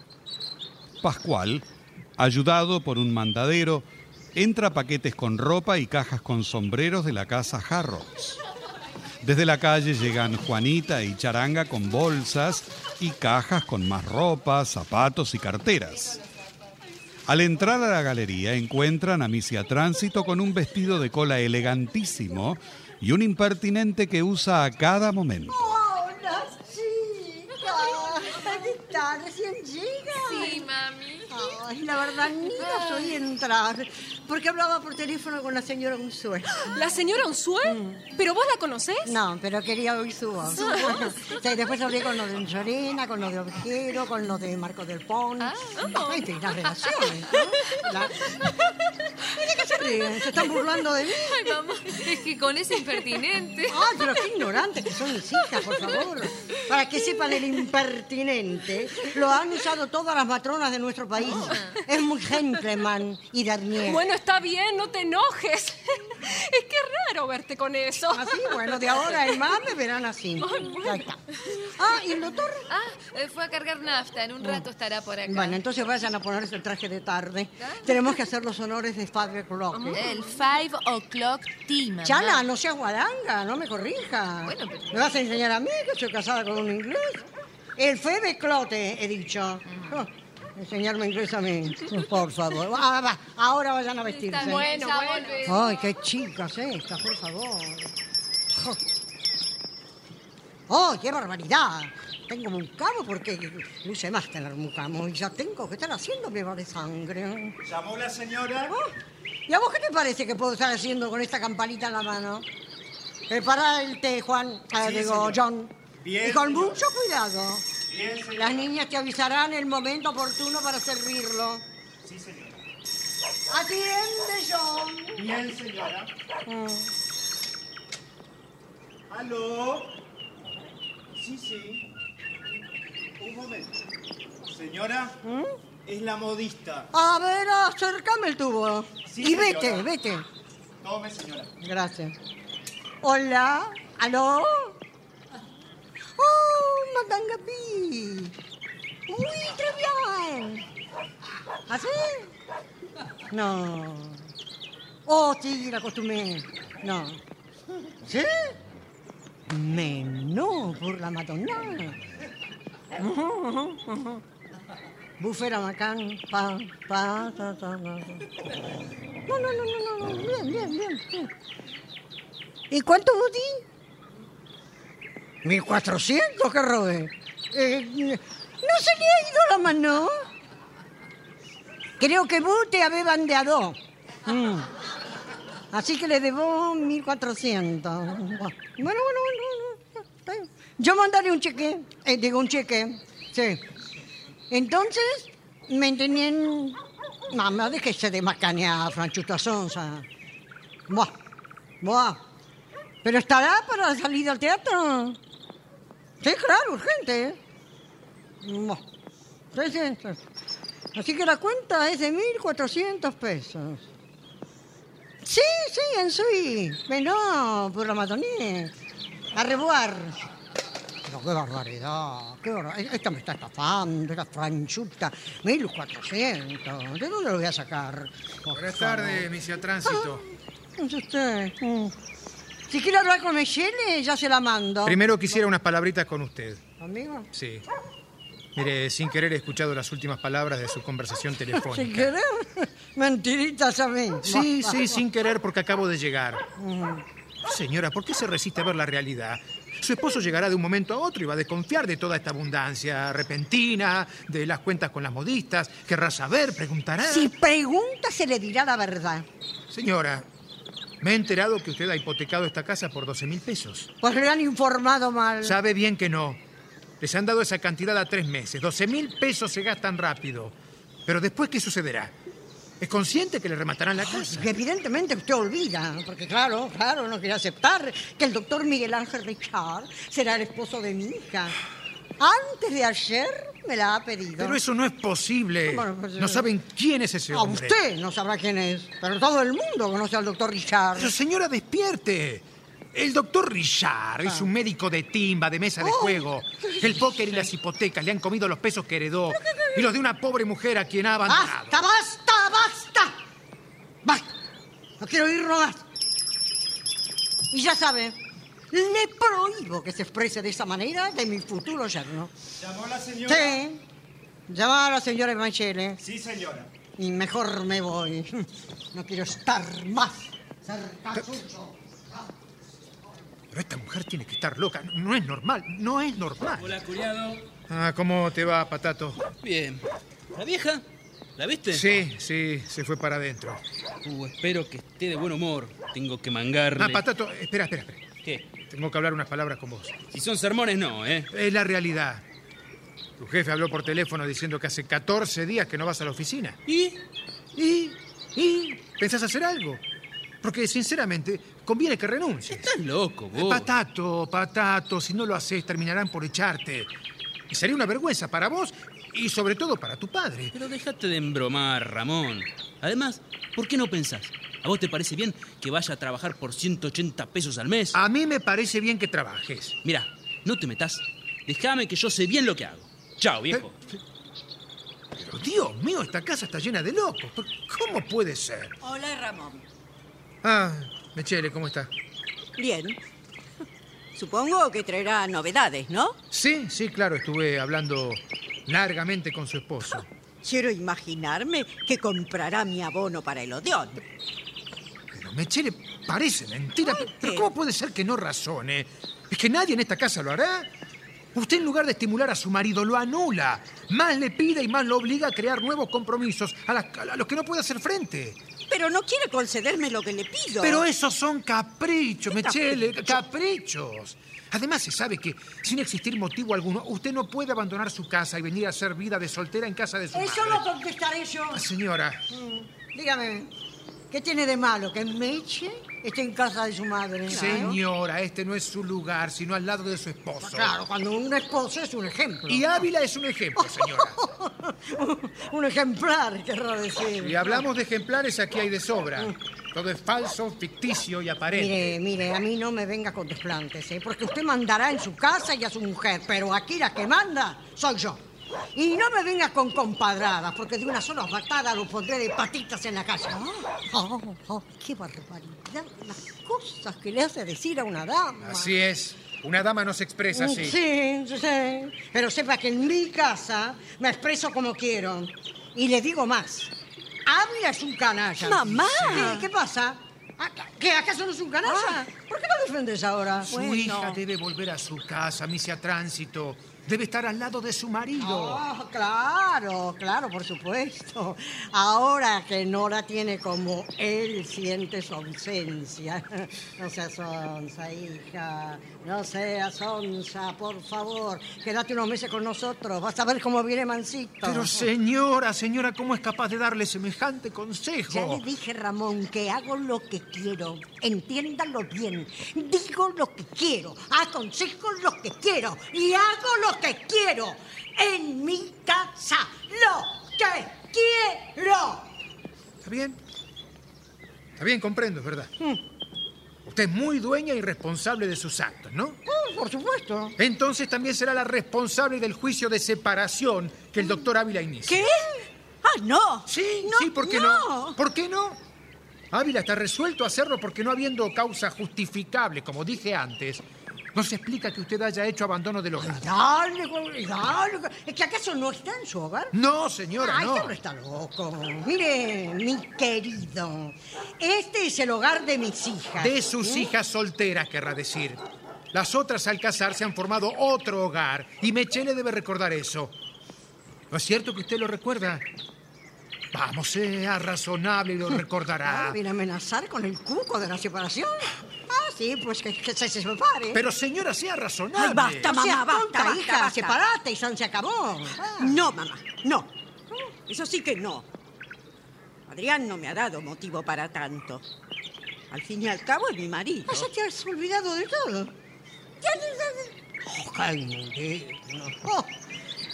C: Pascual, ayudado por un mandadero, entra paquetes con ropa y cajas con sombreros de la casa Harrods. Desde la calle llegan Juanita y Charanga con bolsas y cajas con más ropa, zapatos y carteras. Al entrar a la galería encuentran a Misia Tránsito con un vestido de cola elegantísimo y un impertinente que usa a cada momento.
F: Hola, chicas. ¿Qué tal? Ah, ¿Recién llegas?
E: Sí, mami.
F: Ay, la verdad, ni las oí entrar. Porque hablaba por teléfono con la señora Unzué.
A: ¿La señora Unzué? ¿Pero vos la conocés?
F: No, pero quería oír su voz. Sí, después hablé con lo de Unzorena, con lo de Ovejero, con lo de Marco del Pon. Ay, tiene unas relaciones. ¿no? La- Mira que se ríen, se están burlando de mí.
E: Ay, mamá, es que con ese impertinente.
F: Ay, pero qué ignorantes que son mis hijas, por favor. Para que sepan el impertinente, lo han usado todas las matronas de nuestro país. Es muy gentleman y dernier.
A: Bueno, está bien, no te enojes. Es que es raro suerte con eso.
F: Así, bueno, de ahora en más me verán así. Ahí está. Ah, ¿y el doctor?
L: Ah, eh, fue a cargar nafta. En un rato estará por acá.
F: Bueno, entonces vayan a ponerse el traje de tarde. Tenemos que hacer los honores de Five O'Clock. ¿eh?
L: El five o'clock team. mamá.
F: Chala, no seas guaranga, no me corrija.
L: Bueno, pero-
F: Me vas a enseñar a mí que soy casada con un inglés. El Febe Clote, he dicho. Oh, enseñarme inglés a mí, por favor. Va, va, va, Ahora vayan a vestirse.
L: Está bueno, Ya bueno. volvemos.
F: Ay, qué chicas estas, por favor. Jo. ¡Oh, qué barbaridad! Tengo mucamo porque luce más tener mucamo y ya tengo que estar haciendo prueba de sangre.
M: ¿Llamó la señora?
F: ¿Y a vos qué te parece que puedo estar haciendo con esta campanita en la mano? Prepara el té, Juan. Ah,
M: Sí,
F: digo,
M: señor.
F: John.
M: Bien,
F: y con
M: señor.
F: mucho cuidado. Las niñas te avisarán el momento oportuno para servirlo.
M: Sí, señora.
F: Atiende, John.
M: Bien, señora.
F: Mm.
M: ¿Aló? Sí, sí. Un momento. Señora, es la modista.
F: A ver, acércame el tubo.
M: Sí,
F: y vete,
M: señora.
F: vete.
M: Tome, señora.
F: Gracias. Hola. ¿Aló? ¡Oh, Matanga Pi! ¡Uy, Trevian! ¿Así? No. Oh, sí, la acostumbré. No. ¿Sí? Menú por la matona. Ujú, ujú, ujú. Bufera macán, pa, pa, ta, ta, ta, ta. No, no, no, no, no, no. Bien, bien, bien, bien. ¿Y cuánto vos di? 1400 que robé. Eh, no se le ha ido la mano. Creo que vos te habés bandeado. Mm. Así que le debo 1400. Bueno, bueno, bueno, bueno, está bien. Yo mandaré un cheque. Eh, digo, un cheque. Sí. Entonces, me entendían. Mamá, déjese de macanear, Franchuta Sonsa. Buah, buah. ¿Pero estará para la salida al teatro? Sí, claro, urgente. ¿eh? Buah. Sí, sí, sí. Así que la cuenta es de 1.400 pesos. Sí, sí, en sí. Pero por la matoné. A revoir. Pero qué barbaridad, qué barbaridad. Esta me está estafando, esta franchuta. 1400. ¿De dónde lo voy a sacar?
J: Buenas tardes, misia Tránsito.
F: No sé usted. Mm. Si quiere hablar con Michele, ya se la mando.
J: Primero quisiera unas palabritas con usted.
F: ¿Amigo?
J: Sí. Mire, sin querer he escuchado las últimas palabras de su conversación
F: Si
J: telefónica.
F: querés, mentiritas a mí.
J: Sí, sí, sin querer porque acabo de llegar.
F: Mm.
J: Señora, ¿por qué se resiste a ver la realidad? Su esposo llegará de un momento a otro y va a desconfiar de toda esta abundancia repentina, de las cuentas con las modistas, querrá saber, preguntará.
F: Si pregunta, se le dirá la verdad.
J: Señora, me he enterado que usted ha hipotecado esta casa por 12 mil pesos.
F: Pues le han informado mal.
J: Sabe bien que no. Les han dado esa cantidad a tres meses. 12 mil pesos se gastan rápido. Pero después, ¿qué sucederá? ¿Es consciente que le rematarán la casa?
F: Y evidentemente usted olvida, porque claro, claro, no quiere aceptar que el doctor Miguel Ángel Richard será el esposo de mi hija. Antes de ayer me la ha pedido.
J: Pero eso no es posible. Ah,
F: Bueno, pues,
J: No saben quién es ese
F: A
J: hombre.
F: usted no sabrá quién es, pero todo el mundo conoce al doctor Richard.
J: Pero señora, despierte. El doctor Richard es un médico de timba, de mesa de
F: Oh.
J: juego. El póker y las hipotecas le han comido los pesos que heredó y los de una pobre mujer a quien ha
G: Ah,
J: abandonado.
F: ¡Basta, basta, basta! ¡Basta! No quiero oírlo más. Y ya sabe, le prohíbo que se exprese de esa manera de mi futuro yerno.
M: ¿Llamó la señora?
F: Sí. Llama a la señora Evanchele.
M: Sí, señora.
F: Y mejor me voy. No quiero estar más cerca suyo.
J: Pero esta mujer tiene que estar loca. No es normal, no es normal.
D: Hola, cuñado.
J: Ah, ¿cómo te va, Patato?
D: Bien. ¿La vieja? ¿La viste?
J: Sí, sí, se fue para adentro.
D: Uh, espero que esté de buen humor. Tengo que mangarle.
J: Ah, Patato, espera, espera, espera.
D: ¿Qué?
J: Tengo que hablar unas palabras con vos.
D: Si son sermones, no, ¿eh?
J: Es la realidad. Tu jefe habló por teléfono diciendo que hace 14 días que no vas a la oficina.
D: ¿Y?
J: ¿Y? ¿Y? ¿Pensás hacer algo? Porque, sinceramente, conviene que renuncies.
D: Estás loco,
J: Eh,
D: vos.
J: Patato, patato, si no lo haces terminarán por echarte. Y sería una vergüenza para vos y sobre todo para tu padre.
D: Pero déjate de embromar, Ramón. Además, ¿por qué no pensás? ¿A vos te parece bien que vaya a trabajar por 180 pesos al mes?
J: A mí me parece bien que trabajes.
D: Mira, no te metas. Déjame que yo sé bien lo que hago. Chao, viejo.
J: Eh, Pero Dios mío, esta casa está llena de locos. Pero, ¿Cómo puede ser?
G: Hola, Ramón.
J: Ah, Mechele, ¿cómo está?
G: Bien. Supongo que traerá novedades, ¿no?
J: Sí, sí, claro, estuve hablando largamente con su esposo.
G: Ah, Quiero imaginarme que comprará mi abono para el Odeón.
J: Pero Mechele, parece mentira. pe- Pero ¿cómo puede ser que no razone? ¿Es que nadie en esta casa lo hará? Usted en lugar de estimular a su marido, lo anula. Más le pide y más lo obliga a crear nuevos compromisos a, las- a los que no puede hacer frente.
G: Pero no quiere concederme lo que le pido.
J: Pero esos son caprichos,
G: ¿Qué
J: Mechele, caprichos. Además, se sabe que, sin existir motivo alguno, usted no puede abandonar su casa y venir a hacer vida de soltera en casa de su
F: Eso
J: madre.
F: lo contestaré yo.
J: Ah, Señora,
F: Mm, Dígame, ¿qué tiene de malo que Meche esté en casa de su madre?
J: señora, este no es su lugar, sino al lado de su esposo.
F: Claro, cuando un esposo es un ejemplo.
J: Y Ávila es un ejemplo, señora.
F: un ejemplar, querrá decir.
J: Y hablamos de ejemplares, aquí hay de sobra. Todo es falso, ficticio y aparente.
F: Mire, mire, a mí no me venga con desplantes, ¿eh? porque usted mandará en su casa y a su mujer, pero aquí la que manda soy yo. Y no me venga con compadradas, porque de una sola patada lo pondré de patitas en la calle. Oh, oh, ¡Qué barbaridad! Las cosas que le hace decir a una dama.
J: Así es. Una dama no se expresa así.
F: Sí, sí, sí. Pero sepa que en mi casa me expreso como quiero. Y le digo más. Ávila es un canalla.
G: ¡Mamá!
F: ¿Qué, qué pasa? ¿A- ¿Qué, ¿Acaso no es un canalla? ¿Por qué lo defendes ahora?
J: Su hija debe volver a su casa, misia tránsito. Debe estar al lado de su marido.
F: Oh, claro, claro, por supuesto. Ahora que Nora tiene como él siente su ausencia. No seas onza, hija. No seas onza, por favor. Quédate unos meses con nosotros. Vas a ver cómo viene Mancito.
J: Pero señora, señora, ¿cómo es capaz de darle semejante
F: Ya le
J: consejo?
F: dije, Ramón, que hago lo que quiero. Entiéndanlo bien. Digo lo que quiero. Aconsejo lo que quiero. Y hago lo que quiero. En mi casa. Lo que quiero.
J: ¿Está bien? Está bien, comprendo, es verdad. Usted es muy dueña y responsable de sus actos, ¿no?
F: por supuesto.
J: Entonces también será la responsable del juicio de separación que el doctor Ávila inicia. ¿Qué?
G: ¡Ah, no!
J: Sí, sí, ¿por qué no? ¿Por qué no? Ávila está resuelto a hacerlo porque no habiendo causa justificable, como dije antes, no se explica que usted haya hecho abandono del hogar.
F: Dale, güey, dale. güey. ¿Es que acaso no está en su hogar?
J: No, señora,
F: Ay,
J: no.
F: este está loco. Mire, mi querido, este es el hogar de mis hijas.
J: De sus
F: ¿eh?
J: hijas solteras, querrá decir. Las otras al casarse han formado otro hogar y Mechele debe recordar eso. ¿No es cierto que usted lo recuerda? Vamos, sea razonable y lo
F: Ah,
J: recordará.
F: ¿Viene a amenazar con el cuco de la separación? Ah, sí, pues que, que se se separe.
J: Pero señora, sea razonable.
F: Ay, basta,
G: No seas
F: mamá, basta,
G: tonta, basta,
F: hija,
G: basta.
F: separate y san se acabó.
G: Oh. No, mamá, no. Eso sí que no. Adrián no me ha dado motivo para tanto. Al fin y al cabo es mi marido.
F: Ah, Ya te has olvidado de todo. Oh,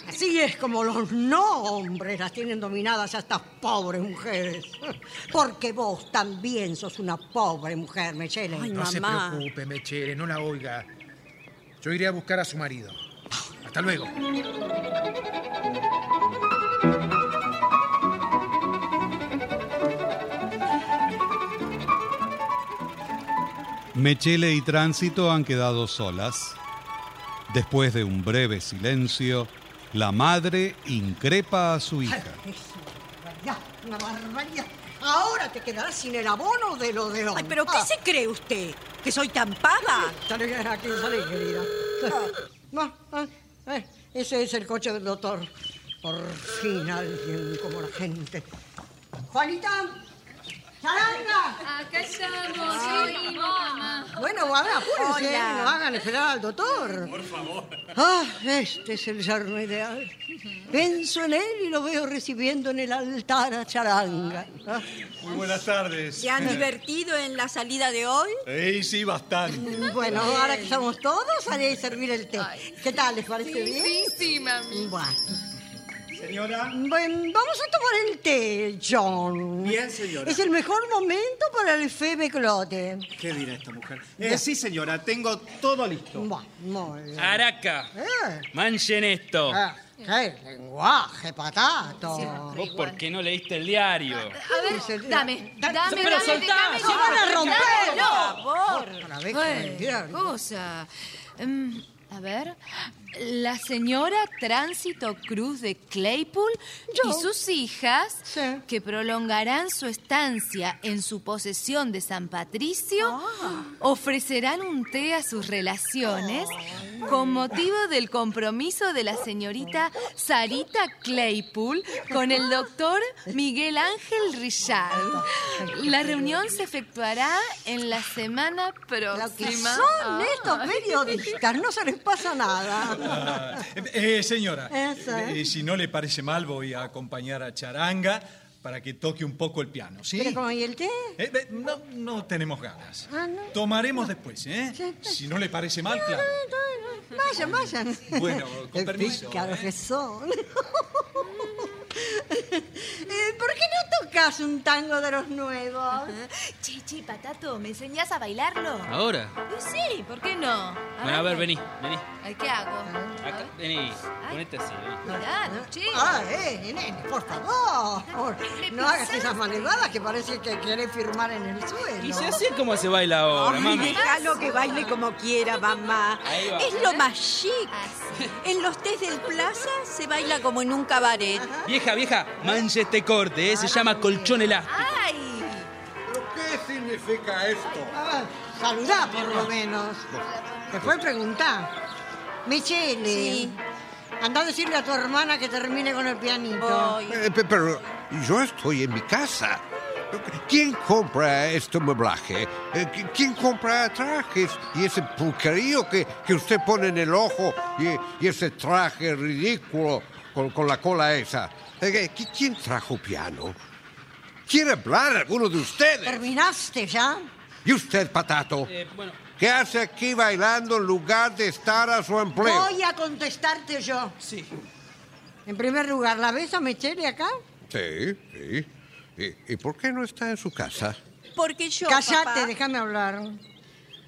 F: así es como los no hombres las tienen dominadas a estas pobres mujeres. Porque vos también sos una pobre mujer, Michele.
J: no se preocupe, Mechele, no la oiga. Yo iré a buscar a su marido. Hasta luego.
C: Mechele y Tránsito han quedado solas. Después de un breve silencio, la madre increpa a su hija.
F: Ya, una barbaridad. Ahora te quedarás sin el abono de lo Ah. de
G: Ay, pero ¿qué se cree usted? ¿Que soy tan pava?
F: Salí, aquí, salí, querida. No, ah, eh, ese es el coche del doctor. Por fin alguien como la gente. Juanita, ¡Charanga!
L: Acá estamos, oímos, mamá.
F: Bueno, a ver, apúrense,
L: Hola.
F: no hagan esperar al doctor. Por favor. Ah, este es el yerno ideal. Pienso en él y lo veo recibiendo en el altar a Charanga. Ah,
K: Muy buenas tardes.
G: ¿Se han divertido en la salida de hoy?
K: Ey, sí, bastante.
F: Bueno, ahora que estamos todos, haré servir el té. ¿Qué tal? ¿Les parece
L: Sí,
F: bien?
L: sí, sí, mami.
F: Bueno.
M: Señora.
F: Bueno, vamos a tomar el té, John.
M: Bien, señora.
F: Es el mejor momento para el Febe Clote.
M: ¿Qué dirá esta mujer? Eh, sí, señora, tengo todo listo.
F: Muy bien.
D: Araca, Oh.
F: Eh,
D: manchen esto.
J: Ah,
F: eh, ¡Qué lenguaje, patato!
D: Vos porque no leíste el diario.
E: A ver, dame, dame, dame,
F: eh, Pero soltá,
E: dame,
F: se van a romper.
E: No, por
F: Otra vez con el
E: favor. Ay, cosa. Mm, a ver, la señora Tránsito Cruz de Claypool y sus hijas que prolongarán su estancia en su posesión de San Patricio
F: Ah.
E: ofrecerán un té a sus relaciones con motivo del compromiso de la señorita Sarita Claypool con el doctor Miguel Ángel Richard. La reunión se efectuará en la semana
F: Que
E: próxima.
F: son estos
E: Ay.
F: periodistas, no se les pasa nada.
K: Ah, eh, señora,
F: Eso, ¿eh?
K: eh, si no le parece mal, voy a acompañar a Charanga para que toque un poco el piano, ¿sí?
F: ¿Pero cómo y el té?
K: Eh, eh, no, no tenemos ganas.
F: Ah, no.
K: Tomaremos después, ¿eh? Si no le parece mal, claro.
F: Vayan, vayan.
K: Bueno, con
F: Qué
K: permiso. ¿eh?
F: pícaros que son. Eh, ¿Por qué no tocas un tango de los nuevos?
E: Chichi, patato, ¿me enseñás a bailarlo?
D: ¿Ahora?
E: Y Sí, ¿por qué no? A
D: Bueno, a ver, vení, vení.
E: Ay, ¿Qué hago?
D: Acá, vení, ponete así. vení.
E: Claro, che.
F: Ah, eh, nene, por favor. No hagas esas malevadas que parece que querés firmar en el suelo.
D: Y si así es como se baila ahora,
G: Ay,
D: mami.
G: déjalo que baile como quiera, mamá.
D: Ahí va.
G: Es lo más chic. En los test del plaza se baila como en un cabaret.
D: Vieja, vieja, manche este corte, ¿eh? se llama colchón elástico.
E: ¡Ay!
H: ¿Pero qué significa esto?
F: Ah, saludá por lo menos. Después preguntá. Michele, andá a decirle a tu hermana que termine con el pianito.
H: Eh, pe- pero yo estoy en mi casa. ¿Quién compra este mueblaje? Eh, qui- ¿Quién compra trajes? Y ese pulquerío que, que usted pone en el ojo y, y ese traje ridículo con, con la cola esa. Eh, qui- ¿Quién trajo piano? ¿Quiere hablar alguno de ustedes?
F: ¿Terminaste ya?
H: ¿Y usted, patato?
D: Eh, bueno,
H: ¿Qué hace aquí bailando en lugar de estar a su empleo?
F: Voy a contestarte yo.
D: sí.
F: En primer lugar, ¿la ves a Michele acá?
H: Sí, sí. ¿Y, y por qué no está en su casa?
G: Porque yo.
F: Cállate,
G: papá,
F: déjame hablar.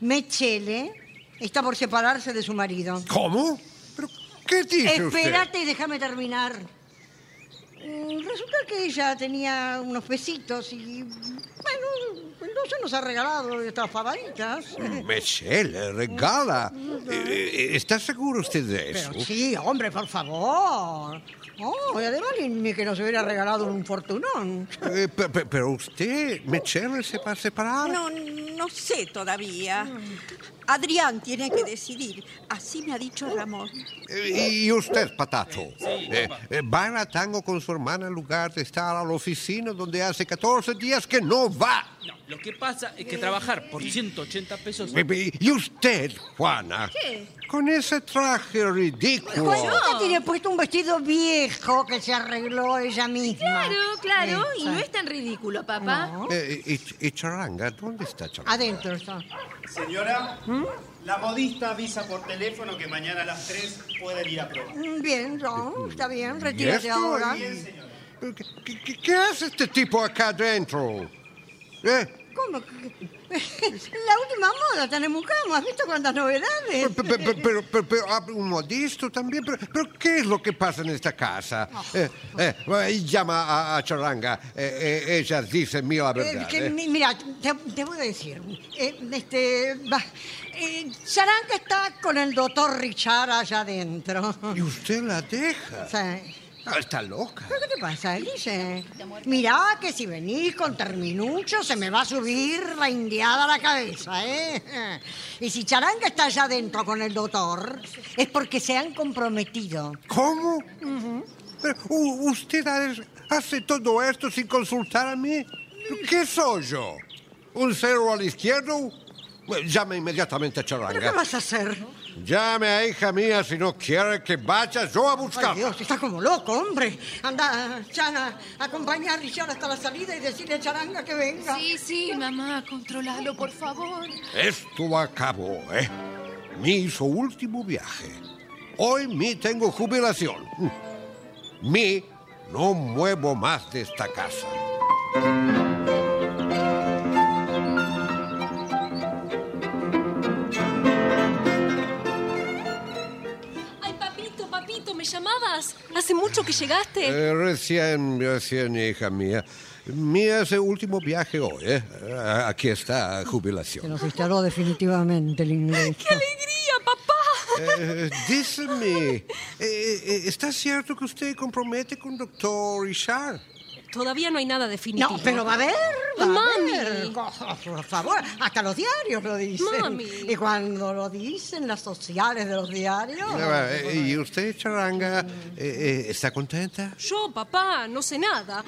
F: Michele está por separarse de su marido.
H: ¿Cómo? ¿Pero qué dice usted?
F: Espérate y déjame terminar. Mm, Resulta que ella tenía unos pesitos y, bueno, entonces nos ha regalado estas pavaditas.
H: Michelle, regala. Eh, eh, ¿Está seguro usted de eso?
F: Pero sí, hombre, por favor. Oh, y además ni, ni que nos hubiera regalado un fortunón.
H: Eh, pe- pe- pero usted, Michelle, se va a separar.
G: No, no sé todavía. Adrián tiene que decidir. Así me ha dicho Ramón.
H: Oh. Eh, ¿Y usted, Patato? Eh, eh, ¿Va a tango con su hermana en lugar de estar a la oficina donde hace 14 días que no va?
D: No, lo que pasa es que trabajar por 180 pesos.
H: Eh, eh, ¿Y usted, Juana? ¿Qué? Con ese traje ridículo.
F: Juanita tiene puesto un vestido viejo que se arregló ella misma.
E: Claro, claro, y no
F: Esa.
E: es tan ridículo, papá.
H: Eh, y, y Charanga? ¿Dónde está Charanga?
F: Adentro está.
M: Señora, la modista avisa por teléfono que mañana a las 3 pueden ir a probar.
F: Mm, Bien, John, está bien,
H: ¿Y
F: retírate
H: esto?
F: ahora.
H: ¿Y- ¿Qué, qué- qué- qué hace este tipo acá adentro? ¿Eh?
F: ¿Cómo? que- La última moda, Tanemucamo, ¿has visto cuántas novedades?
H: Pe- pe- pe- Pero, pero- pero abre un modisto también. Pero, pero ¿qué es lo que pasa en esta casa? Eh, eh, eh, llama a, a Charanga. Eh, eh, ella dice mí la
F: Eh,
H: verdad.
F: que
H: eh.
F: mi- mira, te, te voy a decir. Eh, este, va, eh, Saranga está con el doctor Richard allá adentro.
H: ¿Y usted la deja?
F: Sí.
H: Ah, está loca.
F: ¿Pero qué te pasa, Elise? Mirá que si venís con terminucho se me va a subir la indiada a la cabeza, ¿eh? Y si Charanga está allá adentro con el doctor, es porque se han comprometido.
H: ¿Cómo? Pero, u- ¿Usted ha- hace todo esto sin consultar a mí? ¿Qué soy yo? ¿Un cero a la izquierda? Bueno, llame inmediatamente a
F: ¿Pero qué
H: Charanga.
F: vas a hacer?
H: Llame a hija mía si no quiere que vaya yo a
F: Ay,
H: buscarla.
F: Dios, está como loco, hombre. Anda, Chana, acompañá a Richard hasta la salida y decirle a Charanga que venga.
E: Sí, sí, mamá, controlalo, por favor.
H: Esto acabó, ¿eh? Mi hizo último viaje. Hoy me tengo jubilación. mí no muevo más de esta casa.
A: Ay, papito, papito, ¿me llamabas? Hace mucho que llegaste.
H: Eh, recién, recién, hija mía. Mía es el último viaje hoy, ¿eh? Ah, Aquí está,
F: Se
H: jubilación.
F: nos instaló definitivamente el inglés.
A: ¡Alegría, papá!
H: Eh, díseme, eh, eh, ¿está cierto que usted compromete con doctor Richard?
A: Todavía no hay nada definitivo.
F: No, pero va a haber, va a
A: Mami.
F: haber. Por favor, hasta los diarios lo dicen.
A: Mami.
F: Y cuando lo dicen las sociales de los diarios.
H: Eh, ¿Y usted, Charanga, eh, eh, está contenta?
A: Yo, papá, no sé nada.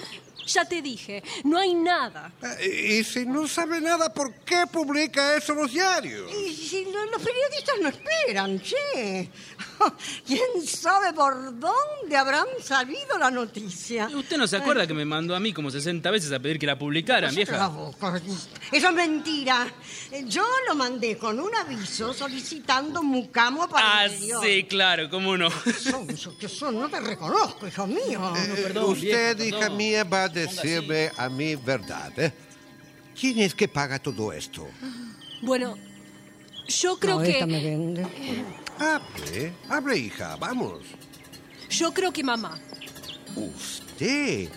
A: Ya te dije, no hay nada.
H: Eh, Y si no sabe nada, ¿por qué publica eso en los diarios?
F: Y si lo- los periodistas no esperan, che. ¿Quién sabe por dónde habrán salido la noticia?
D: ¿Usted no se acuerda que me mandó a mí como 60 veces a pedir que la publicaran, vieja?
F: Eso es mentira. Yo lo mandé con un aviso solicitando mucamo para
D: Ah,
F: el medio.
D: sí, claro, cómo no.
F: Sonso, que son, no te reconozco, hijo mío.
H: Eh, Usted, hija mía, va a decirme a mí verdad. ¿eh? ¿Quién es que paga todo esto?
A: Bueno, yo creo
H: No,
A: que.
H: esta me
F: Ah.
H: Hable, hable, hija, vamos.
A: Yo creo que mamá.
H: ¿Usted?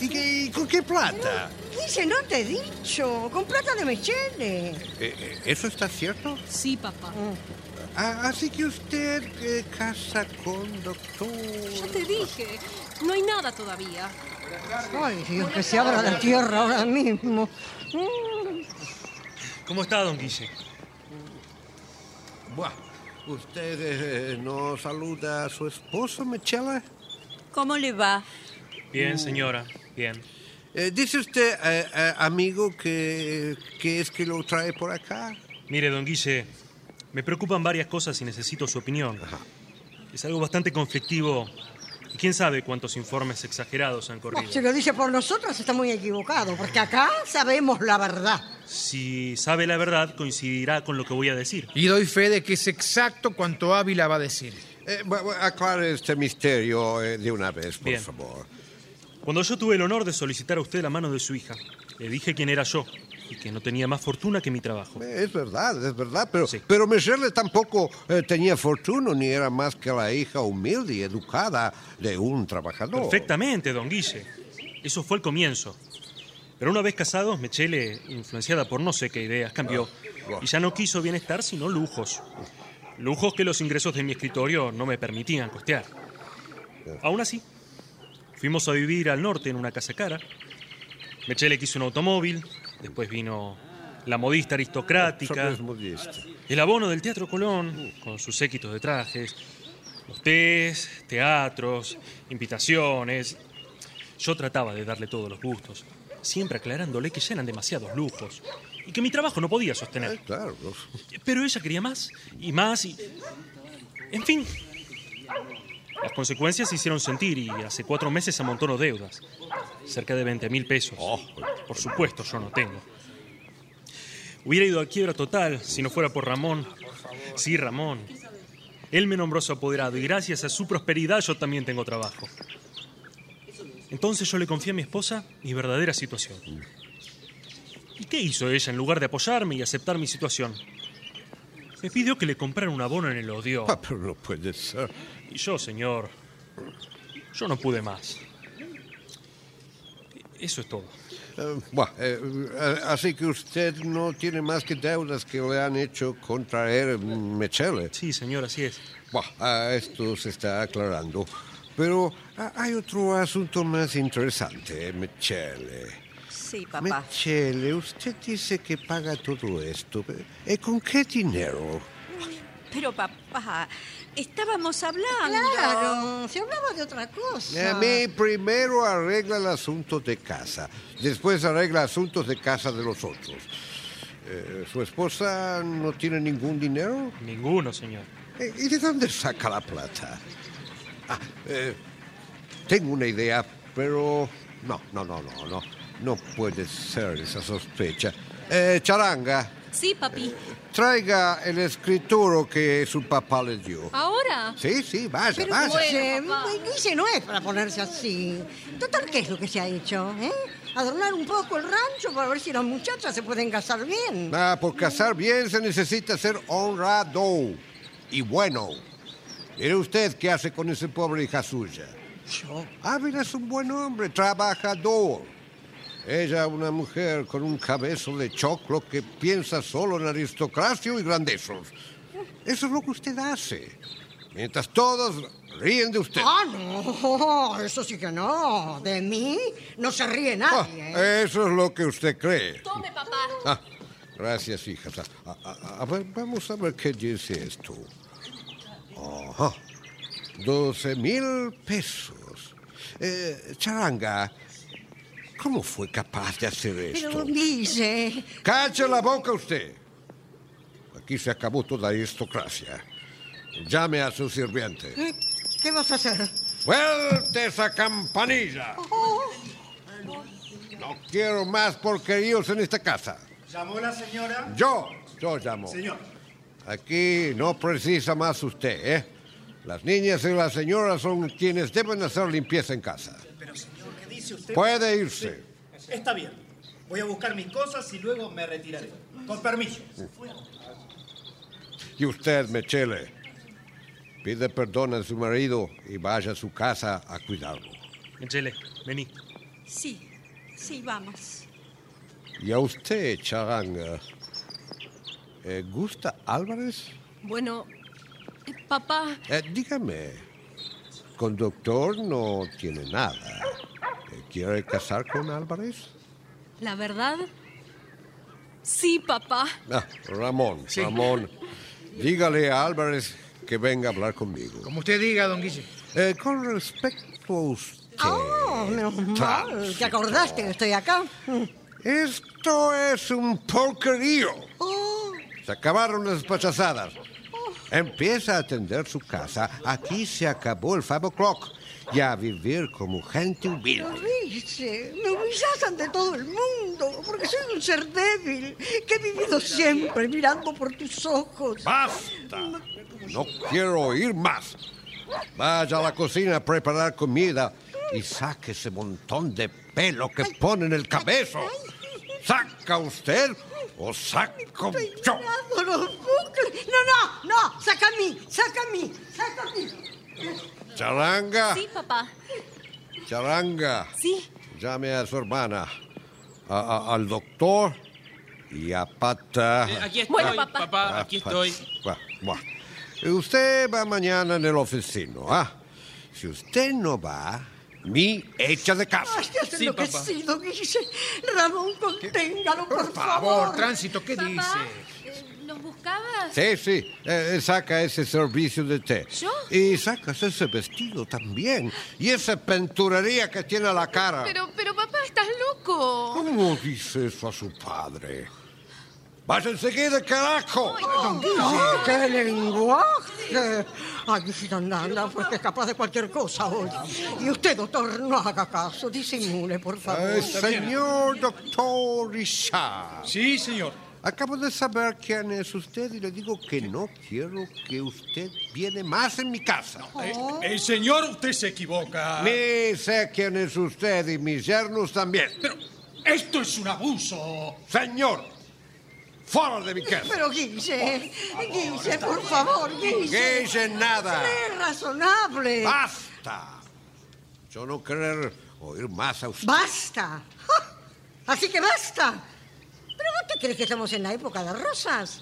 H: ¿Y, qué- y con qué plata?
F: Dice, no te he dicho, con plata de Mechele.
H: Eh, eh, ¿Eso está cierto?
A: Sí, papá.
G: Mm.
H: Ah, así que usted eh, casa con doctor.
A: Ya te dije, no hay nada todavía.
F: Ay, Dios, que se abra la tierra ahora mismo.
A: Mm.
N: ¿Cómo está, Ah, don Guille?
H: Buah, ¿usted eh, eh, no saluda a su esposo, Michela?
O: ¿Cómo le va?
J: Mm.
N: Bien, señora, bien.
H: Eh, ¿Dice usted, eh, eh, amigo, que, que es que lo trae por acá?
N: Mire, don Guille, me preocupan varias cosas y necesito su opinión. Es algo bastante conflictivo y quién sabe cuántos informes exagerados han corrido.
F: Si lo dice por nosotros está muy equivocado, porque acá sabemos la verdad.
N: Si sabe la verdad, coincidirá con lo que voy a decir.
J: Y doy fe de que es exacto cuanto Ávila va a decir.
H: Eh, bu- bu- aclare este misterio eh, de una vez, por
N: Bien.
H: favor.
N: Cuando yo tuve el honor de solicitar a usted la mano de su hija, le dije quién era yo y que no tenía más fortuna que mi trabajo.
H: Eh, Es verdad, es verdad, pero, pero Michele tampoco eh, tenía fortuna ni era más que la hija humilde y educada de un trabajador.
N: Perfectamente, don Guille. Eso fue el comienzo. Pero una vez casados, Mechele, influenciada por no sé qué ideas, cambió. Y ya no quiso bienestar, sino lujos. Lujos que los ingresos de mi escritorio no me permitían costear. Aún así, fuimos a vivir al norte en una casa cara. Mechele quiso un automóvil. Después vino la modista aristocrática. El abono del Teatro Colón, con sus séquitos de trajes, los tés, teatros, invitaciones. Yo trataba de darle todos los gustos, siempre aclarándole que ya eran demasiados lujos y que mi trabajo no podía sostener. Pero ella quería más y más y... En fin, las consecuencias se hicieron sentir y hace cuatro meses amontono deudas. Cerca de 20 mil pesos. por supuesto, yo no tengo. Hubiera ido a quiebra total si no fuera por Ramón. Sí, Ramón. Él me nombró su apoderado y gracias a su prosperidad yo también tengo trabajo. Entonces yo le confié a mi esposa mi verdadera situación. ¿Y qué hizo ella en lugar de apoyarme y aceptar mi situación? Me pidió que le comprara un abono en el odio.
H: Ah, pero no puede ser.
N: Y yo, señor, yo no pude más. Eso es todo.
H: Eh, buah, eh, eh, así que usted no tiene más que deudas que le han hecho contraer Mechele.
N: Sí, señor, así es.
H: ah, esto se está aclarando. Pero ah, hay otro asunto más interesante, eh, Mechele.
O: Sí, papá.
H: Mechele, usted dice que paga todo esto. ¿Y con qué dinero?
O: Pero papá, estábamos hablando.
F: Claro, se hablaba de otra
G: Ah.
H: A
F: cosa.
H: mí primero arregla el asunto de casa, después arregla asuntos de casa de los otros. Eh, ¿Su esposa no tiene ningún dinero?
N: Ninguno, señor.
H: Eh, ¿Y de dónde saca la plata? Ah, eh, tengo una idea, pero no, no, no, no, no. No puede ser esa sospecha. Eh, charanga,
A: Sí, papi.
H: Traiga el escrituro que su papá le dio.
A: ¿Ahora?
H: Sí, sí, vaya,
F: Ah. Pero pues,
H: vaya.
F: dice, dice, no es para ponerse así. Total, ¿qué es lo que se ha hecho? eh? Adornar un poco el rancho para ver si las muchachas se pueden casar bien.
H: Ah, por casar bien se necesita ser honrado y bueno. Mire usted qué hace con ese pobre hija suya.
F: Yo.
H: Ávila es un buen hombre, trabajador. Ella, una mujer con un cabezo de choclo que piensa solo en aristocracia y grandezos. Eso es lo que usted hace. Mientras todos ríen de usted.
F: Ah, no, eso sí que no. De mí no se ríe nadie.
H: Ah,
F: ¿eh?
H: eh, Eso es lo que usted cree.
A: Tome, papá.
H: Ah, gracias, hija. A, a- a ver, vamos a ver qué dice esto. Ajá. 12 mil pesos. Eh, charanga, ¿cómo fue capaz de hacer esto?
F: Pero dice, ¿eh?
H: ¡Cache la boca usted! Aquí se acabó toda aristocracia. Llame a su sirviente.
F: ¿eh? ¿qué vas a hacer?
H: ¡Suelte esa campanilla! No quiero más porqueríos en esta casa.
M: ¿Llamó la señora?
H: Yo, yo llamo.
M: Señor.
H: Aquí no precisa más usted, ¿eh? Las niñas y las señoras son quienes deben hacer limpieza en casa.
M: Pero señor, ¿qué dice usted?
H: Puede irse.
M: Está bien. Voy a buscar mis cosas y luego me retiraré. Con permiso.
H: Y usted, Mechele, pide perdón a su marido y vaya a su casa a cuidarlo.
N: Menchele, vení.
O: Sí, sí, vamos.
H: Y a usted, Charanga, eh, ¿gusta Álvarez?
A: Bueno, eh, papá,
H: Eh, dígame, conductor no tiene nada. Eh, ¿Quiere casar con Álvarez?
A: la verdad. Sí, papá.
H: Ah, Ramón, Ramón. Dígale a Álvarez que venga a hablar conmigo. Eh,
J: Como usted diga, don Guille.
H: con respecto a usted.
F: Oh, menos mal. ¿Te acordaste que estoy acá?
H: Esto es un porquerío.
F: Oh,
H: Se acabaron las pachazadas. Empieza a atender su casa. Aquí se acabó el Fabo Clock. Y a vivir como gente
F: lo
H: humilde.
F: dice. Me humillas ante todo el mundo porque soy un ser débil que he vivido siempre mirando por tus ojos.
H: ¡Basta! No quiero oír más. Vaya a la cocina a preparar comida y saque ese montón de pelo que pone en el cabezo. ¿Saca usted o saco yo?
F: Peinado los bucles. No, no, no. Saca a mí, saca a mí, saca a mí.
H: Charanga,
A: Sí, papá.
H: charanga.
A: Sí.
H: Llame a su hermana, a- a- al doctor y a Pata.
A: Eh,
D: Eh, Aquí estoy,
A: Bueno,
D: papá.
H: Ah,
D: Aquí
H: pa-
D: estoy.
H: Buah, buah. Usted va mañana en el oficino, ¿ah? Si usted no va, mi hecha de casa.
F: Ay, te has enloquecido, Guille. Ramón, conténgalo, por, favor.
J: tránsito, ¿qué
F: Papá.
E: ¿Nos buscabas?
H: Sí, sí, eh, saca ese servicio de té.
E: ¿Yo?
H: Y sacas ese vestido también. Y esa pinturería que tiene a la cara.
E: Pero, pero papá, estás loco.
H: ¿Cómo dice eso a su padre? ¡Vaya enseguida, carajo!
F: Oh, No, qué lenguaje. Ay, visita andanda, pues que es capaz de cualquier cosa hoy. Y usted, doctor, no haga caso. Disimule, por favor.
H: Eh, señor doctor Richard.
K: Sí, señor.
H: Acabo de saber quién es usted y le digo que no quiero que usted viene más en mi casa.
K: El señor, usted se equivoca.
H: Ni sé quién es usted y mis yernos también.
K: Esto es un abuso.
H: Señor, fuera de mi casa.
F: Pero Guille, Guille, por favor, Guille.
H: Guille, nada.
F: Es razonable.
H: Basta. Yo no querer oír más a usted.
F: ¡Basta! ¡Ja! Así que basta. ¿Pero vos te crees que estamos en la época de rosas?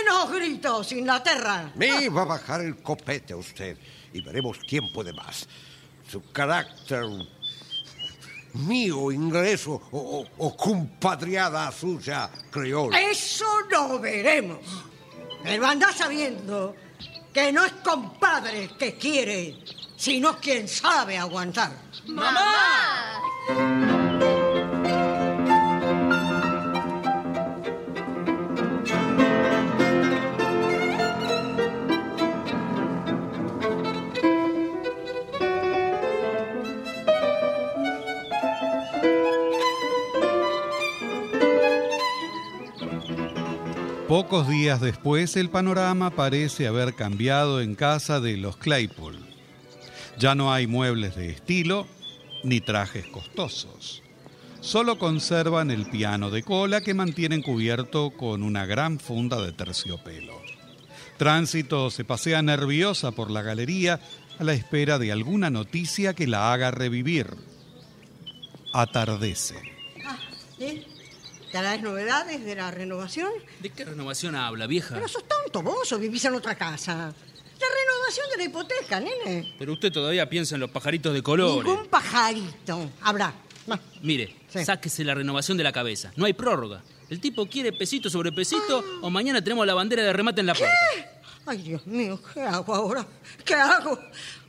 F: Menos gritos, Inglaterra.
H: Me va a bajar el copete a usted y veremos quién puede más. Su carácter mío, ingreso o, o- o compadriada suya, criolla.
F: Eso lo veremos. Pero andá sabiendo que no es compadre que quiere, sino quien sabe aguantar.
L: ¡Mamá!
C: Pocos días después, el panorama parece haber cambiado en casa de los Claypool. Ya no hay muebles de estilo ni trajes costosos. Solo conservan el piano de cola que mantienen cubierto con una gran funda de terciopelo. Tránsito se pasea nerviosa por la galería a la espera de alguna noticia que la haga revivir. Atardece.
F: Ah, ¿sí? ¿Traes novedades de la renovación?
D: ¿De qué renovación habla, vieja?
F: Pero sos tonto, vos o vivís en otra casa. La renovación de la hipoteca, nene.
D: Pero usted todavía piensa en los pajaritos de colores.
F: Ningún pajarito. Habrá. Va.
D: Mire, sáquese la renovación de la cabeza. No hay prórroga. El tipo quiere pesito sobre pesito o mañana tenemos la bandera de remate en la puerta.
F: Ay, Dios mío, ¿qué hago ahora? ¿Qué hago?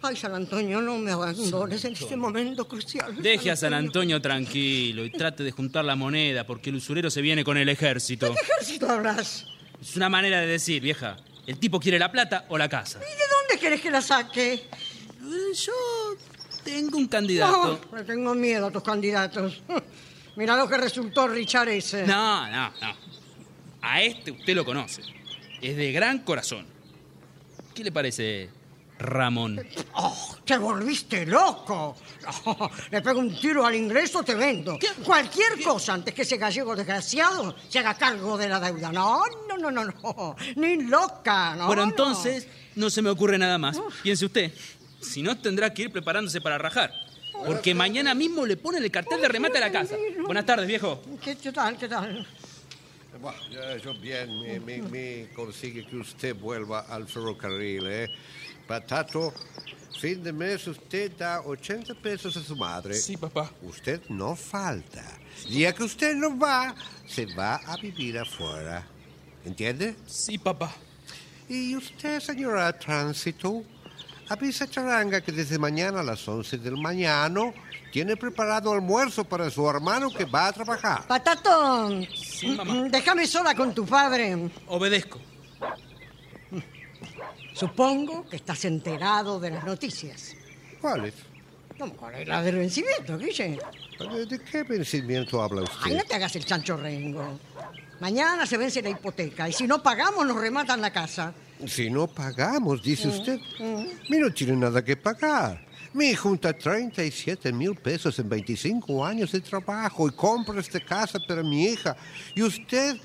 F: Ay, San Antonio, no me abandones en este momento crucial.
D: Deje a San Antonio tranquilo y trate de juntar la moneda porque el usurero se viene con el ejército.
F: ¿Qué ejército habrás?
D: Es una manera de decir, vieja. El tipo quiere la plata o la casa.
F: ¿Y de dónde querés que la saque?
D: Eh, Yo tengo un candidato.
F: No, Ah, le tengo miedo a tus candidatos. Mira lo que resultó Richard ese.
D: No, no, no. A este usted lo conoce. Es de gran corazón. ¿Qué le parece, Ramón?
F: Oh, te volviste loco. Oh, le pego un tiro al ingreso, te vendo. Cualquier cosa antes que ese gallego desgraciado se haga cargo de la deuda. No, no, no, no, no. Ni loca, no.
D: bueno,
F: no.
D: entonces no se me ocurre nada más. Piense usted. Si no, tendrá que ir preparándose para rajar. Porque mañana mismo le ponen el cartel de remate a la casa. Buenas tardes, viejo.
F: ¿Qué, qué tal? ¿Qué tal?
H: Bueno, yo, yo bien, me, me- me consigue que usted vuelva al ferrocarril, ¿eh? Patato, fin de mes usted da 80 pesos a su madre. Sí, papá. Usted no falta. Día que usted no va, se va a vivir afuera. ¿Entiende?
D: Sí, papá.
H: Y usted, señora Tránsito, avisa a Charanga que desde mañana a las 11 del mañana tiene preparado almuerzo para su hermano que va a trabajar.
F: Patatón. Déjame sola con tu padre.
D: Obedezco.
F: Supongo que estás enterado de las noticias.
H: ¿Cuáles?
F: ¿Cómo cuál es la del vencimiento, Guille?
H: ¿De, de qué vencimiento habla
F: Ay,
H: usted?
F: no te hagas el chancho rengo. Mañana se vence la hipoteca y si no pagamos nos rematan la casa.
H: Si no pagamos, dice
F: Mm,
H: usted.
F: mm.
H: Mi no tiene nada que pagar. Mi junta 37 mil pesos en 25 años de trabajo y compras de casa para mi hija. Y usted,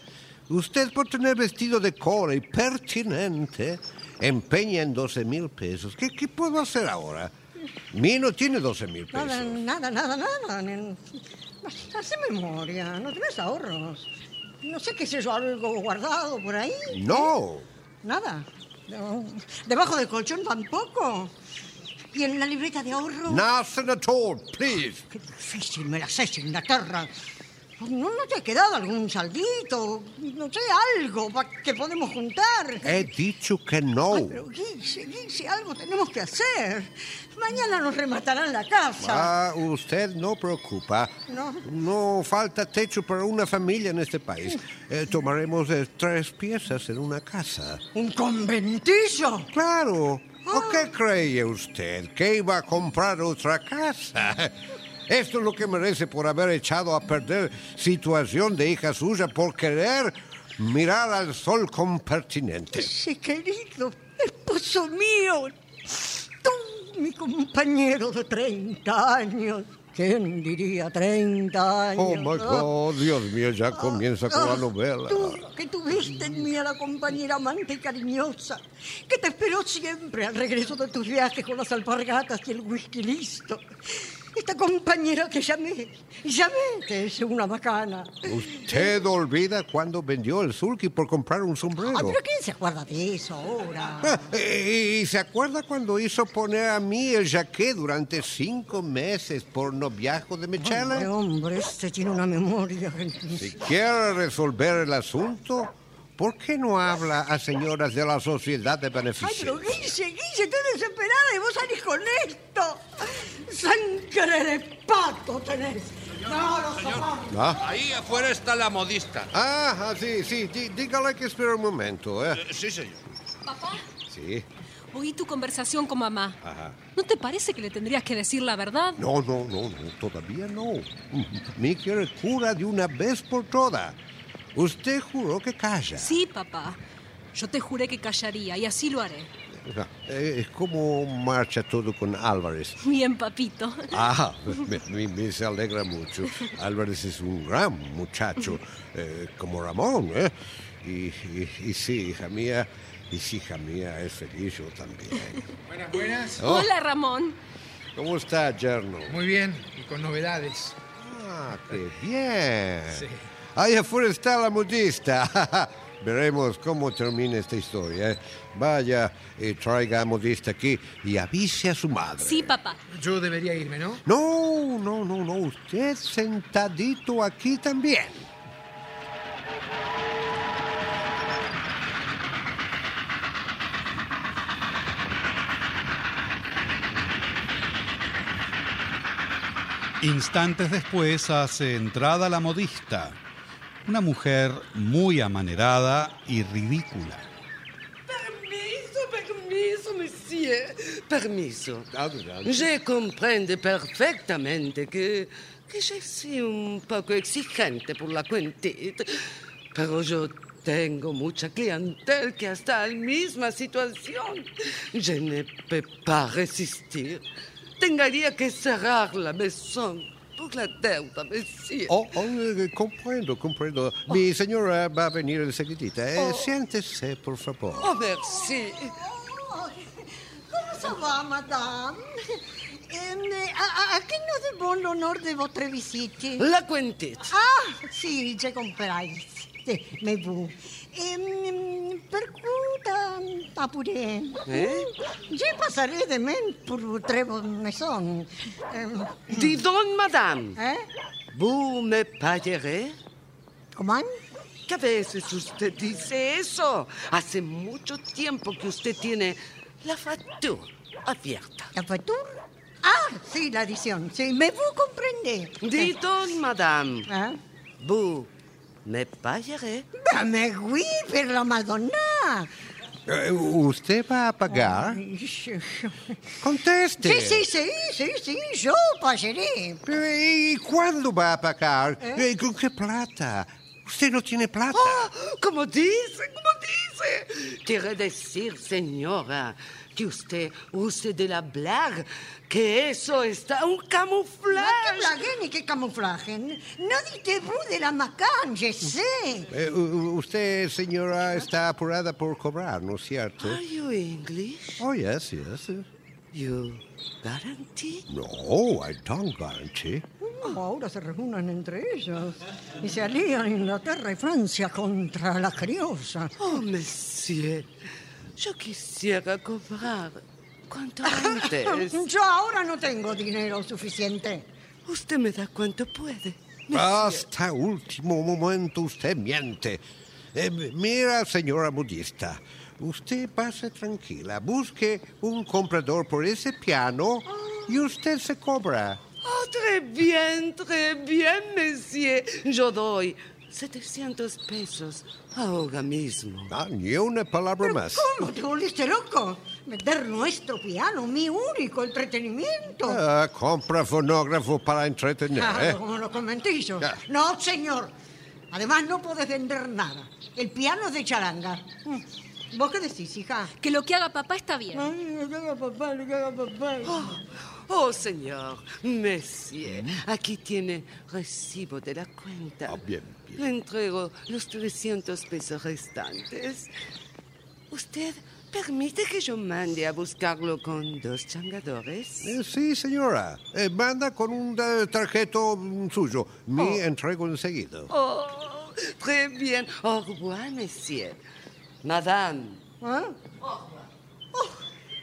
H: usted por tener vestido de cola y pertinente, empeña en 12 mil pesos. ¿Qué, ¿Qué puedo hacer ahora? Mi no tiene 12 mil pesos.
F: Nada, nada, nada, nada. nen. Hace memoria, no tienes ahorros. No sé qué es eso, algo guardado por ahí.
H: No.
F: Nada. No. Debajo del colchón tampoco. Y en la libreta de ahorro.
H: Nothing at all, please.
F: Qué difícil me la haces, Inglaterra. ¿No, ¿No te ha quedado algún saldito? No sé, algo pa- que podemos juntar.
H: He dicho que no.
F: Ay, pero Guille, Guille, algo tenemos que hacer. Mañana nos rematarán la casa.
H: Ah, usted no preocupa.
F: No.
H: No falta techo para una familia en este país. Eh, tomaremos eh, tres piezas en una casa.
F: ¿Un conventillo? Ah.
H: Claro. ¿O qué cree usted? ¿Que iba a comprar otra casa? Esto es lo que merece por haber echado a perder situación de hija suya por querer mirar al sol con pertinente.
F: Sí, querido, esposo mío. Tú, mi compañero de 30 años. ¿Quién diría 30 años?
H: Oh my
F: Ah,
H: God, Dios mío, ya comienza con la
F: Ah,
H: novela.
F: Tú que tuviste en mí a la compañera amante y cariñosa, que te esperó siempre al regreso de tus viajes con las alpargatas y el whisky listo. Esta compañera que llamé, llamé que es una bacana.
H: Usted olvida cuando vendió el sulky por comprar un sombrero.
F: Ay, Ah, pero ¿quién se acuerda de eso ahora?
H: Ah, eh, ¿Y se acuerda cuando hizo poner a mí el jaqué durante cinco meses por noviazgo de
F: Hombre,
H: Michela?
F: hombre, este tiene una memoria.
H: Si quiere resolver el asunto, ¿por qué no habla a señoras de la sociedad de
F: Ay, pero
H: beneficios?
F: Guille, Guille, estoy desesperada y vos salís con esto. Sangre de pato tenés. No, los zapatos.
H: Ah.
I: Ahí afuera está la modista.
H: Ah, ah, sí, sí, dí- dígale que espera un momento, ¿eh?
I: Sí, señor.
A: Papá,
H: Sí,
A: oí tu conversación con mamá.
H: ajá.
A: ¿No te parece que le tendrías que decir la verdad?
H: No, no, no, no, todavía no. Mi quiere cura de una vez por todas. Usted juró que calla.
A: Sí, papá. Yo te juré que callaría y así lo haré.
H: Ah, eh, ¿Cómo marcha todo con Álvarez?
A: Bien, papito.
H: Ah, me, me- me se alegra mucho. Álvarez es un gran muchacho, eh, como Ramón, ¿eh? Y, y, y sí, hija mía, y sí, hija mía, es feliz yo también.
J: Buenas, buenas.
H: Oh.
A: Hola, Ramón.
H: ¿Cómo está, Yerno?
J: Muy bien, y con novedades.
H: Ah, qué bien.
J: Sí.
H: Ahí afuera está la modista. Veremos cómo termina esta historia. ¿eh? Vaya, eh, traiga a modista aquí y avise a su madre.
A: Sí, papá.
J: Yo debería irme, ¿no?
H: No, no, no, no. Usted sentadito aquí también.
C: Instantes después hace entrada la modista, una mujer muy amanerada y ridícula.
P: Permiso, permiso, monsieur. Permiso.
H: Adelante.
P: Je comprendo perfectamente que, que yo soy un poco exigente por la cuentita, pero yo tengo mucha clientela que está en misma situación. Je ne peux pas resistir. Tendría que cerrar la maison por la deuda, monsieur.
H: Oh, oh, eh, comprendo, comprendo. Mi señora va a venir enseguidita.
F: Oh.
H: Eh, Siéntese, por favor.
P: Oh, merci.
F: ¿Cómo se va, madame? Em, eh, ¿A, a- a qué nos debemos el honor de vuestra visita?
P: La cuentita.
F: Ah, sí, ya compráis. Sí, me Ehm, voy. Em, percuta, apuré.
P: Eh?
F: Ya pasaré de Mm, men por vuestra mesón. Em,
P: Dis donc, madame.
F: Ehm, ¿Eh?
P: ¿Vous me payerez?
F: ¿Cómo?
P: ¿Qué veces usted dice eso? Hace mucho tiempo que usted tiene la factura abierta.
F: ¿La factura? Ah, sí, la adición. Sí, me voy comprender.
P: Dis donc, madame.
F: ¿Eh?
P: ¿Vous me payerez?
F: Dame, güey, pero la Madonna.
H: Eh, ¿Usted va a pagar? Conteste.
P: Este.
F: Sí, sí, sí, sí, sí, yo pasaré.
H: Eh, ¿Y cuándo va a pagar?
F: ¿Eh?
H: Eh, ¿Con qué plata? Usted no tiene plata.
P: ¡Ah! ¿Cómo dice? ¿Cómo dice? Quiere decir, señora, que usted use del hablar, que eso está un camuflaje.
F: No te blaguen ni que camuflajen. No dite vous de la macán, je sé.
H: Eh, u- usted, señora, está apurada por cobrar, ¿no es cierto?
P: Are you English?
H: Oh, yes, yes.
P: You guarantee?
H: No, I don't guarantee.
F: Como ahora se reúnen entre ellos y se alían Inglaterra y Francia contra la criosa.
P: Oh, monsieur, yo quisiera ¡Ah, cobrar cuanto antes.
F: Ah, Yo ahora no tengo dinero suficiente.
P: Usted me da cuanto puede.
H: Hasta último momento usted miente. Eh, mira, señora budista, usted pase tranquila, busque un comprador por ese piano
P: Ah.
H: y usted se cobra.
P: Oh, très bien, très bien, monsieur. Yo doy 700 pesos ahora mismo.
H: Ah, ni una palabra más.
F: ¿Cómo te volviste loco? Vender nuestro piano, mi único entretenimiento.
H: Ah, compra fonógrafo para entretener.
F: Claro,
H: ¿eh?
F: como los comentillos.
H: Ya.
F: No, señor. Además, no podés vender nada. El piano es de charanga. Mm. ¿Vos qué decís, hija? Mm.
A: Que lo que haga papá está bien.
F: lo que haga papá, lo que haga papá.
P: Oh, señor, monsieur,
H: Mm.
P: aquí tiene recibo de la cuenta.
H: Oh, bien,
P: Le entrego los 300 pesos restantes. ¿Usted permite que yo mande a buscarlo con dos changadores?
H: Eh, sí, señora. Eh, manda con un eh, tarjeto mm, suyo. Me entrego enseguida.
P: Oh, très bien. Au revoir, monsieur. Madame.
F: ¿Ah?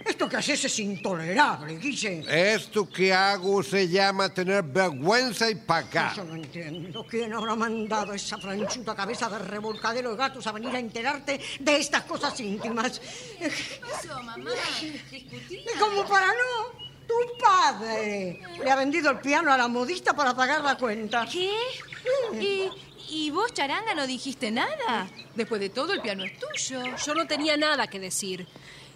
F: Esto que haces es intolerable, Guille.
H: Esto que hago se llama tener vergüenza y pagar.
F: Yo no entiendo quién habrá mandado esa franchuta cabeza de revolcadero de gatos a venir a enterarte de estas cosas íntimas.
L: pasó, mamá? ¿Discutían?
F: Como para no, tu padre le ha vendido el piano a la modista para pagar la cuenta. Mm.
L: ¿Qué? ¿Y, y vos, Charanga, no dijiste nada? Después de todo, el piano es tuyo.
A: Yo no tenía nada que decir.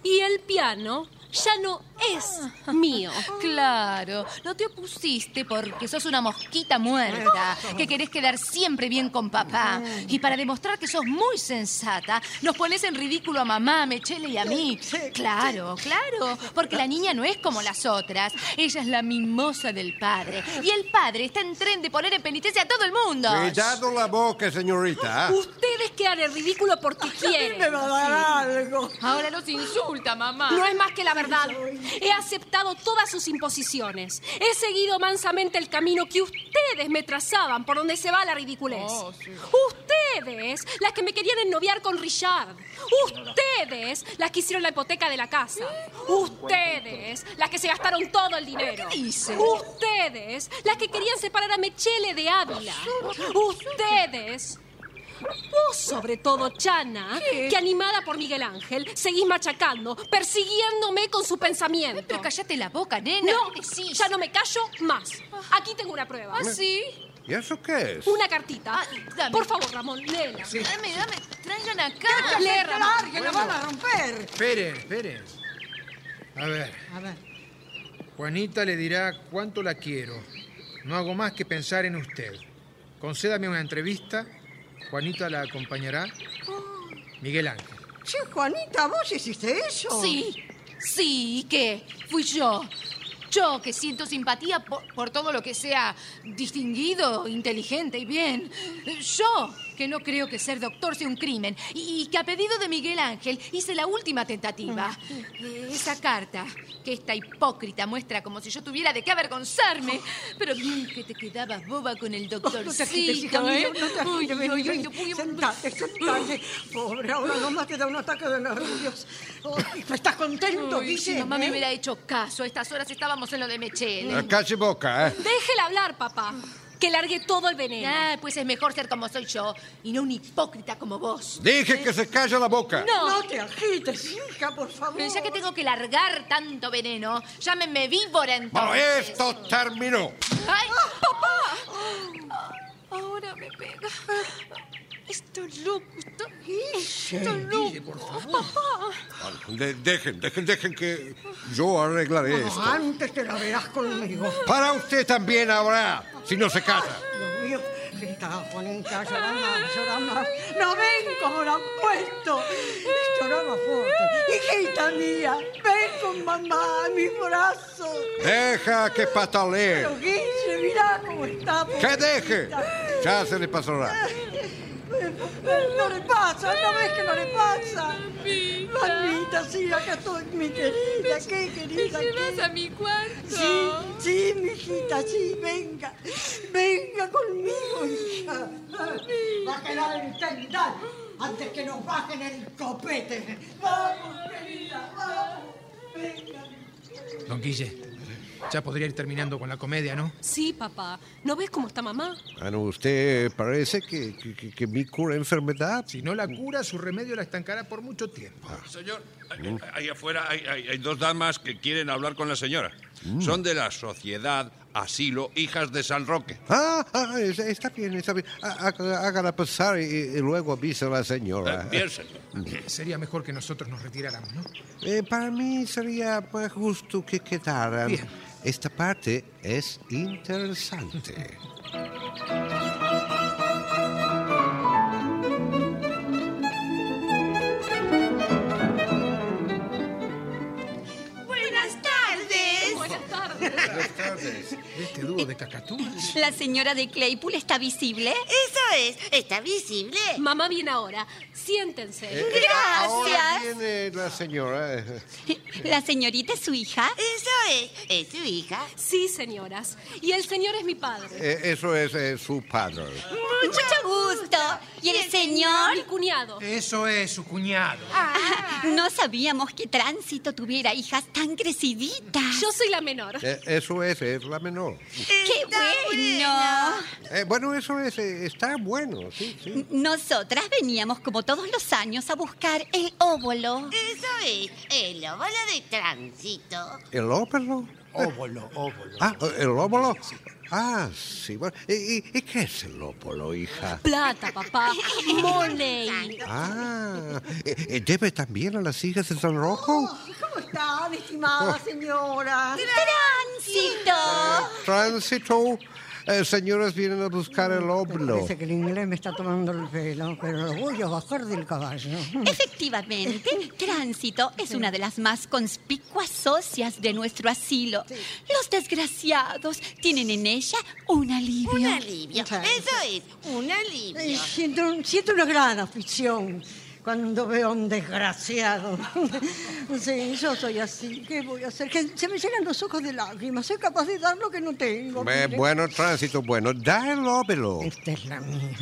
A: Y el piano ya no es
H: Ah.
A: mío.
E: Claro, no te opusiste porque sos una mosquita muerta, que querés quedar siempre bien con papá. Y para demostrar que sos muy sensata, nos pones en ridículo a mamá, a Mechele y a mí. Claro, claro, porque la niña no es como las otras. Ella es la mimosa del padre. Y el padre está en tren de poner en penitencia a todo el mundo.
H: Cuidado la boca, señorita. ¿eh?
A: Ustedes quedan el ridículo porque quieren.
F: me va a dar algo.
E: Ahora los insulta, mamá.
A: No es más que la verdad. He aceptado todas sus imposiciones. He seguido mansamente el camino que ustedes me trazaban por donde se va la ridiculez.
E: Oh, sí.
A: Ustedes, las que me querían ennoviar con Richard. Ustedes, las que hicieron la hipoteca de la casa. Ustedes, las que se gastaron todo el dinero.
E: ¿Qué dice?
A: Ustedes, las que querían separar a Mechele de Ávila. Ustedes. Vos, sobre todo, Chana,
E: ¿Qué?
A: que animada por Miguel Ángel, seguís machacando, persiguiéndome con su pensamiento.
E: Pero cállate la boca, nena.
A: No, ya no me callo más. Aquí tengo una prueba.
E: ¿Ah, sí? Ah,
H: ¿Y eso qué es?
A: Una cartita. Por favor, Ramón, léela.
E: Dame, dame, traigan acá.
F: ¡Cállate,
E: Lee,
F: Fran,
E: Ramón.
F: que la van a romper!
J: Esperen, esperen. A ver,
F: A ver.
J: Juanita le dirá cuánto la quiero. No hago más que pensar en usted. Concédame una entrevista. Juanita la acompañará. Miguel Ángel.
F: Oh. Che, Juanita, ¿vos hiciste eso?
E: Sí, sí, ¿y ¿qué? Fui yo. Yo que siento simpatía por, por todo lo que sea distinguido, inteligente y bien. Yo que no creo que ser doctor sea un crimen y, y que a pedido de Miguel Ángel hice la última tentativa.
F: Mm.
E: Eh, Esa carta que esta hipócrita muestra como si yo tuviera de qué avergonzarme. Pero bien que te quedabas boba con el
F: Oh, No te agites, hija
E: doctorcito,
F: mía,
E: ¿eh?
F: no te
E: Uy,
F: agites, vení,
E: uy,
F: vení,
E: uy, uy,
F: sentate, sentate. Pobre, ahora nomás te da un ataque de nervios. Ay, ¿Estás contento,
E: uy, si
F: Guille?
E: mamá me
F: ¿Eh?
E: hubiera hecho caso, a estas horas estábamos en lo de Mechel.
H: Ah, Calle boca, ¿eh?
A: Déjela hablar, papá. Que largue todo el veneno.
E: Ah, pues es mejor ser como soy yo y no un hipócrita como vos.
H: Dije que se calla la boca.
E: No.
F: No te agites, hija, por favor.
E: Pero ya que tengo que largar tanto veneno, llámenme víbora
H: Bueno,
E: entonces.
H: esto terminó.
E: ¡Ay,
F: Ah,
E: papá! Ahora me pega. Estoy loco, estoy... estoy loco. Papá.
H: De- dejen, dejen, dejen que yo arreglaré
F: No,
H: esto.
F: antes te la verás conmigo.
H: Para usted también ahora, si no se calla.
F: Dios mío, gritaba Juanita, lloraba, lloraba. ¿No ven cómo la han puesto? Lloraba fuerte. Hijita mía, ven con mamá a mis brazos.
H: Deja que patalee.
F: Pero Guille, mirá cómo está.
H: Que
F: pobrecita.
H: deje. Ya se le pasará.
F: No le pasa, no ves que no le pasa. Mamita, sí, acá estoy, mi querida, qué querida. qué-
E: mi cuarto?
F: Sí, sí, mijita, sí, venga. Venga conmigo, hija. Va a quedar el tendal antes que nos bajen el copete. Vamos, querida, vamos. Venga.
J: Don Guille, ya podría ir terminando con la comedia, ¿no?
A: Sí, papá. ¿No ves cómo está mamá?
H: Bueno, usted parece que, que- que- que mi cura enfermedad. Ah.
J: Si no la cura, su remedio la estancará por mucho tiempo.
I: Señor, ahí, ahí afuera hay, hay- hay dos damas que quieren hablar con la señora. Son de la sociedad Asilo Hijas de San Roque.
H: Ah, ah, es- está bien, está bien. Há- há- Hágala pasar y, y luego avisa a la señora.
I: Ah,
H: Mm.
I: Bien, señor.
J: Sería mejor que nosotros nos retiráramos, ¿no?
H: Eh, para mí sería más justo que quedaran.
J: Bien.
H: Esta parte es interesante.
L: Buenas tardes.
A: Buenas tardes.
J: De este dúo de cacatúas.
L: ¿La señora de Claypool está visible? Eso es, está visible.
A: Mamá viene ahora. Siéntense.
H: Eh, Ahora
L: Gracias.
H: viene la señora. Eh,
L: ¿La señorita es su hija? Eso es, es su hija.
A: Sí, señoras. Y el señor es mi padre.
H: Eh, eso es eh, su padre.
L: Mucho, gusto. ¿Y el señor? Eh. Ah.
A: Mi cuñado.
J: Eso es su cuñado.
L: No sabíamos que Tránsito tuviera hijas tan creciditas.
A: Yo soy la menor.
H: Eh, eso es, es la menor.
L: ¡Qué bueno!
H: Eh, bueno, eso es, eh, está bueno, sí, sí.
L: Nosotras veníamos como todos los años a buscar el óvulo. Eso es, el óvulo de Tránsito.
H: ¿El óvulo?
J: Óvulo, óvulo.
H: Ah, ¿el óvulo? Ah, sí, bueno. ¿Y, y- y qué es el óvulo, hija?
A: Plata, papá. Money.
H: Ah, eh, eh, ¿debe también a las hijas de San Rojo?
F: ¿Cómo libertad, estimada señora.
L: ¡Tránsito!
H: Tránsito. eh, señores vienen a buscar el óvulo.
F: Parece que el inglés me está tomando el pelo, pero lo voy a bajar del caballo.
L: Efectivamente, Tránsito es una de las más conspicuas socias de nuestro asilo. Los desgraciados tienen en ella un alivio. Un alivio.
F: Eso
L: es, un
F: Ay, Siento, siento una gran afición cuando veo a un desgraciado. Sí, yo soy así. ¿Qué voy a hacer? Que se me llenan los ojos de lágrimas. Soy capaz de dar lo que no tengo.
H: Eh,
F: mire.
H: bueno, tránsito, bueno. Da el óvulo.
F: Esta es la mía.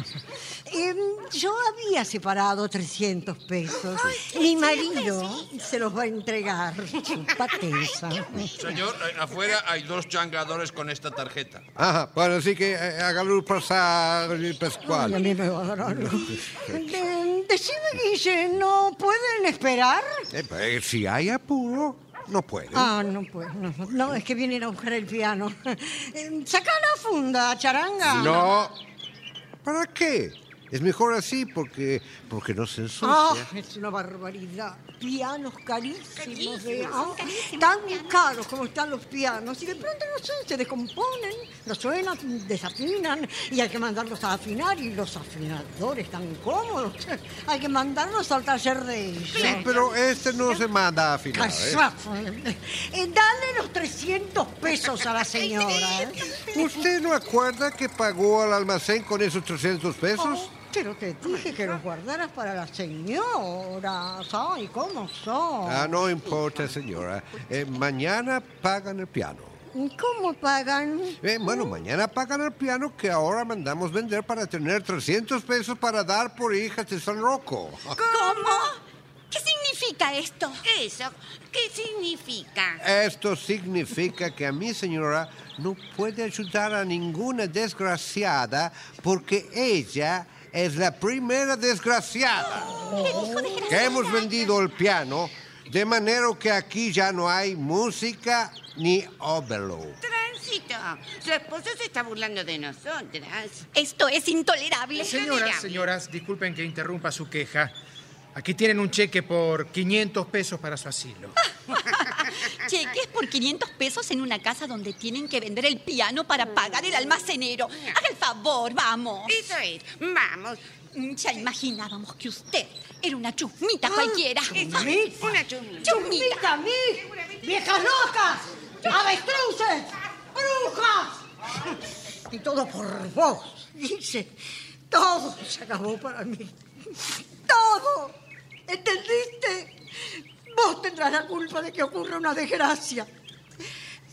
F: Em, yo había separado 300 pesos. Mi marido se los va a entregar. Chupate esa.
I: Señor, eh, afuera hay dos changadores con esta tarjeta.
H: Ajá, bueno, así que eh, hágalo pasar el Pascual.
F: Ay, a mí me va a dar algo. De- Em, decime, Guille, ¿no pueden esperar?
H: Eh, eh, si hay apuro, no puede.
F: Ah, no, pues, no, no, es que vienen a buscar el piano. Eh, Saca la funda, charanga.
H: No. ¿Para qué? Es mejor así porque, porque no se ensucia.
F: Ah, es una barbaridad. Pianos carísimos, de- ah, tan caros como están los pianos. Y de pronto no sé, se descomponen, no suenan, desafinan y hay que mandarlos a afinar y los afinadores tan cómodos. Hay que mandarlos al taller de ellos.
H: Sí, pero este no se manda a afinar. ¿eh?
F: Callate. Eh, dale los 300 pesos a la señora. ¿eh?
H: ¿Usted no acuerda que pagó al almacén con esos 300 pesos?
F: Oh, pero te dije que los guardaras para la señora. Ay, ¿cómo son?
H: Ah, no importa, señora. Eh, mañana pagan el piano.
F: ¿Cómo pagan?
H: Eh, bueno, mañana pagan el piano que ahora mandamos vender para tener 300 pesos para dar por hijas de San Rocco.
L: ¿Cómo? ¿Qué significa esto? Eso, ¿qué significa?
H: Esto significa que a mi señora no puede ayudar a ninguna desgraciada porque ella es la primera desgraciada. Que hemos vendido el piano de manera que aquí ya no hay música ni óbelo.
Q: Tránsito. Su esposo se está burlando de nosotras.
L: Esto es intolerable.
J: Señoras, señoras, disculpen que interrumpa su queja. Aquí tienen un cheque por 500 pesos para su asilo.
L: Cheques por 500 pesos en una casa donde tienen que vender el piano para pagar el almacenero. Haga el favor, vamos. Mm. Eso es, vamos. Ya imaginábamos que usted era una Ah, chusmita cualquiera.
F: chusmita.
L: Una chusmita. Chusmita
F: a mí. ¡Viejas locas! ¡Avestruces! ¡Brujas! Y todo por vos. Dice, todo se acabó para mí. Todo. ¿Entendiste? Vos tendrás la culpa de que ocurra una desgracia.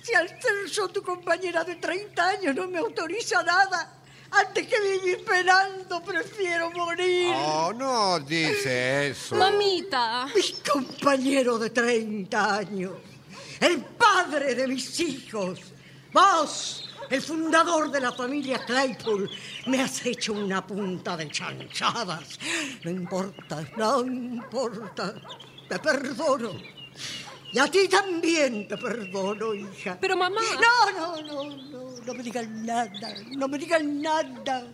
F: Si al ser yo tu compañera de 30 años no me autoriza nada, antes que vivir penando, prefiero morir.
H: Oh, no dice eso.
F: Mamita. Mi compañero de 30 años. El padre de mis hijos. Vos, el fundador de la familia Claypool, me has hecho una punta de chanchadas. No importa, no importa. Te perdono. Y a ti también te perdono, hija.
A: Pero mamá.
F: No, no, no, no, no me digan nada, no me digan nada.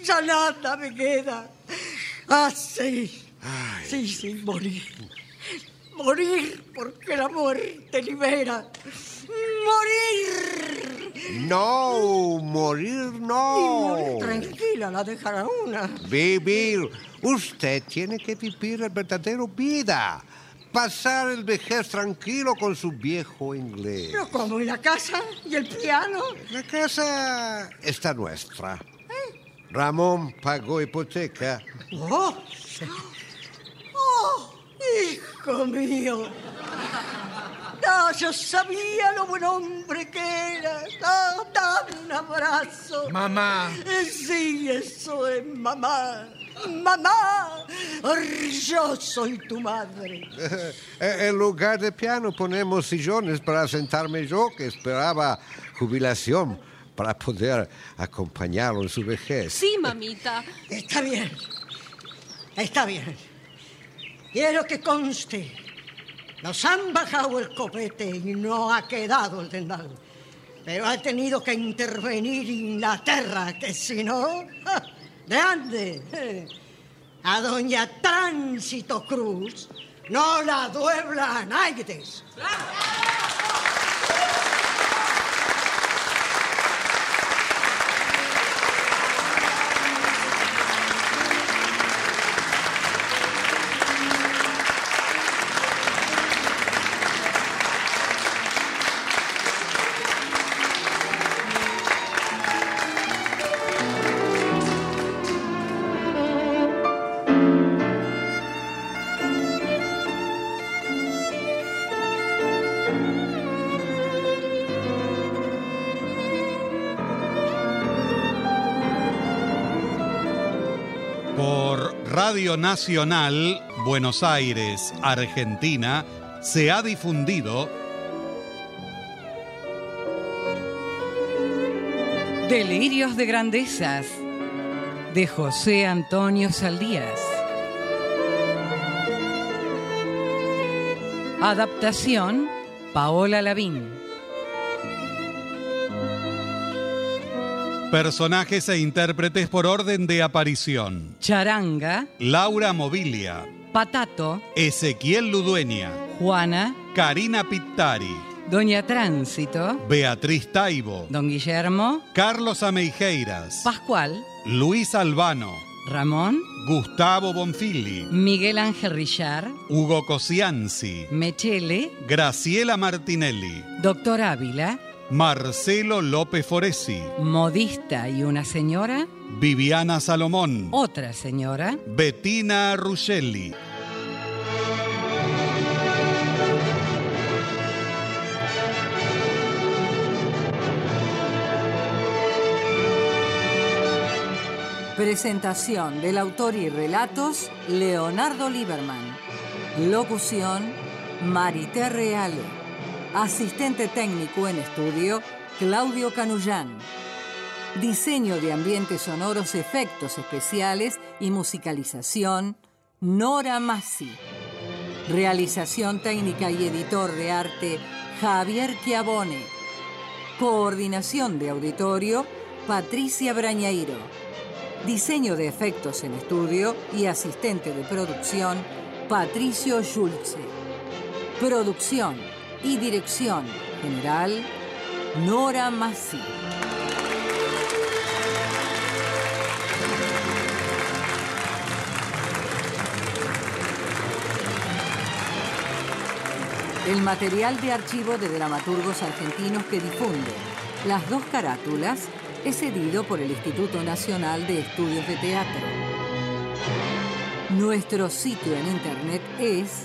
F: Ya nada me queda. Ah, sí. Sí, sí, morir. Morir porque la muerte libera. Morir.
H: No, morir no.
F: Tranquila, la dejará una.
H: Vivir. Usted tiene que vivir el verdadero vida. Pasar el vejez tranquilo con su viejo inglés.
F: Pero como en la casa y el piano.
H: La casa. Esta nuestra. Ramón pagó hipoteca.
F: Oh, ¡Oh, hijo mío! No, yo sabía lo buen hombre que eras. No, dame un abrazo.
J: Mamá.
F: Eh, Sí, eso es mamá. Mamá, yo soy tu madre.
H: Eh, En lugar de piano ponemos sillones para sentarme yo que esperaba jubilación para poder acompañarlo en su vejez.
A: Sí, mamita.
F: Está bien. Está bien. Quiero que conste. Nos han bajado el copete y no ha quedado el tendal. Pero ha tenido que intervenir Inglaterra, que si no... ¡ja! ¡Grande! A doña Tránsito Cruz No la duebla Naigetes.
C: Por Radio Nacional, Buenos Aires, Argentina, se ha difundido
B: Delirios de Grandezas de José Antonio Saldías. Adaptación Paola Lavín.
C: personajes e intérpretes por orden de aparición.
B: Charanga,
C: Laura Mobilia,
B: Patato,
C: Ezequiel Ludueña,
B: Juana,
C: Karina Pittari,
B: Doña Tránsito,
C: Beatriz Taibo,
B: Don Guillermo,
C: Carlos Ameijeiras,
B: Pascual,
C: Luis Albano,
B: Ramón,
C: Gustavo Bonfili,
B: Miguel Ángel Rillar,
C: Hugo Cosianzi,
B: Mechele,
C: Graciela Martinelli,
B: Doctor Ávila,
C: Marcelo López Foresi,
B: modista y una señora,
C: Viviana Salomón,
B: otra señora,
C: Bettina Rugelli.
R: Presentación del autor y relatos Leonardo Lieberman. Locución Marité Reale. Asistente técnico en estudio Claudio Canullán. Diseño de ambientes sonoros, efectos especiales y musicalización Nora Massi. Realización técnica y editor de arte Javier Chiavone. Coordinación de auditorio Patricia Brañeiro. Diseño de efectos en estudio y asistente de producción Patricio Schulze. Producción y dirección general Nora Massi. El material de archivo de dramaturgos argentinos que difunde Las dos carátulas es cedido por el Instituto Nacional de Estudios de Teatro. Nuestro sitio en internet es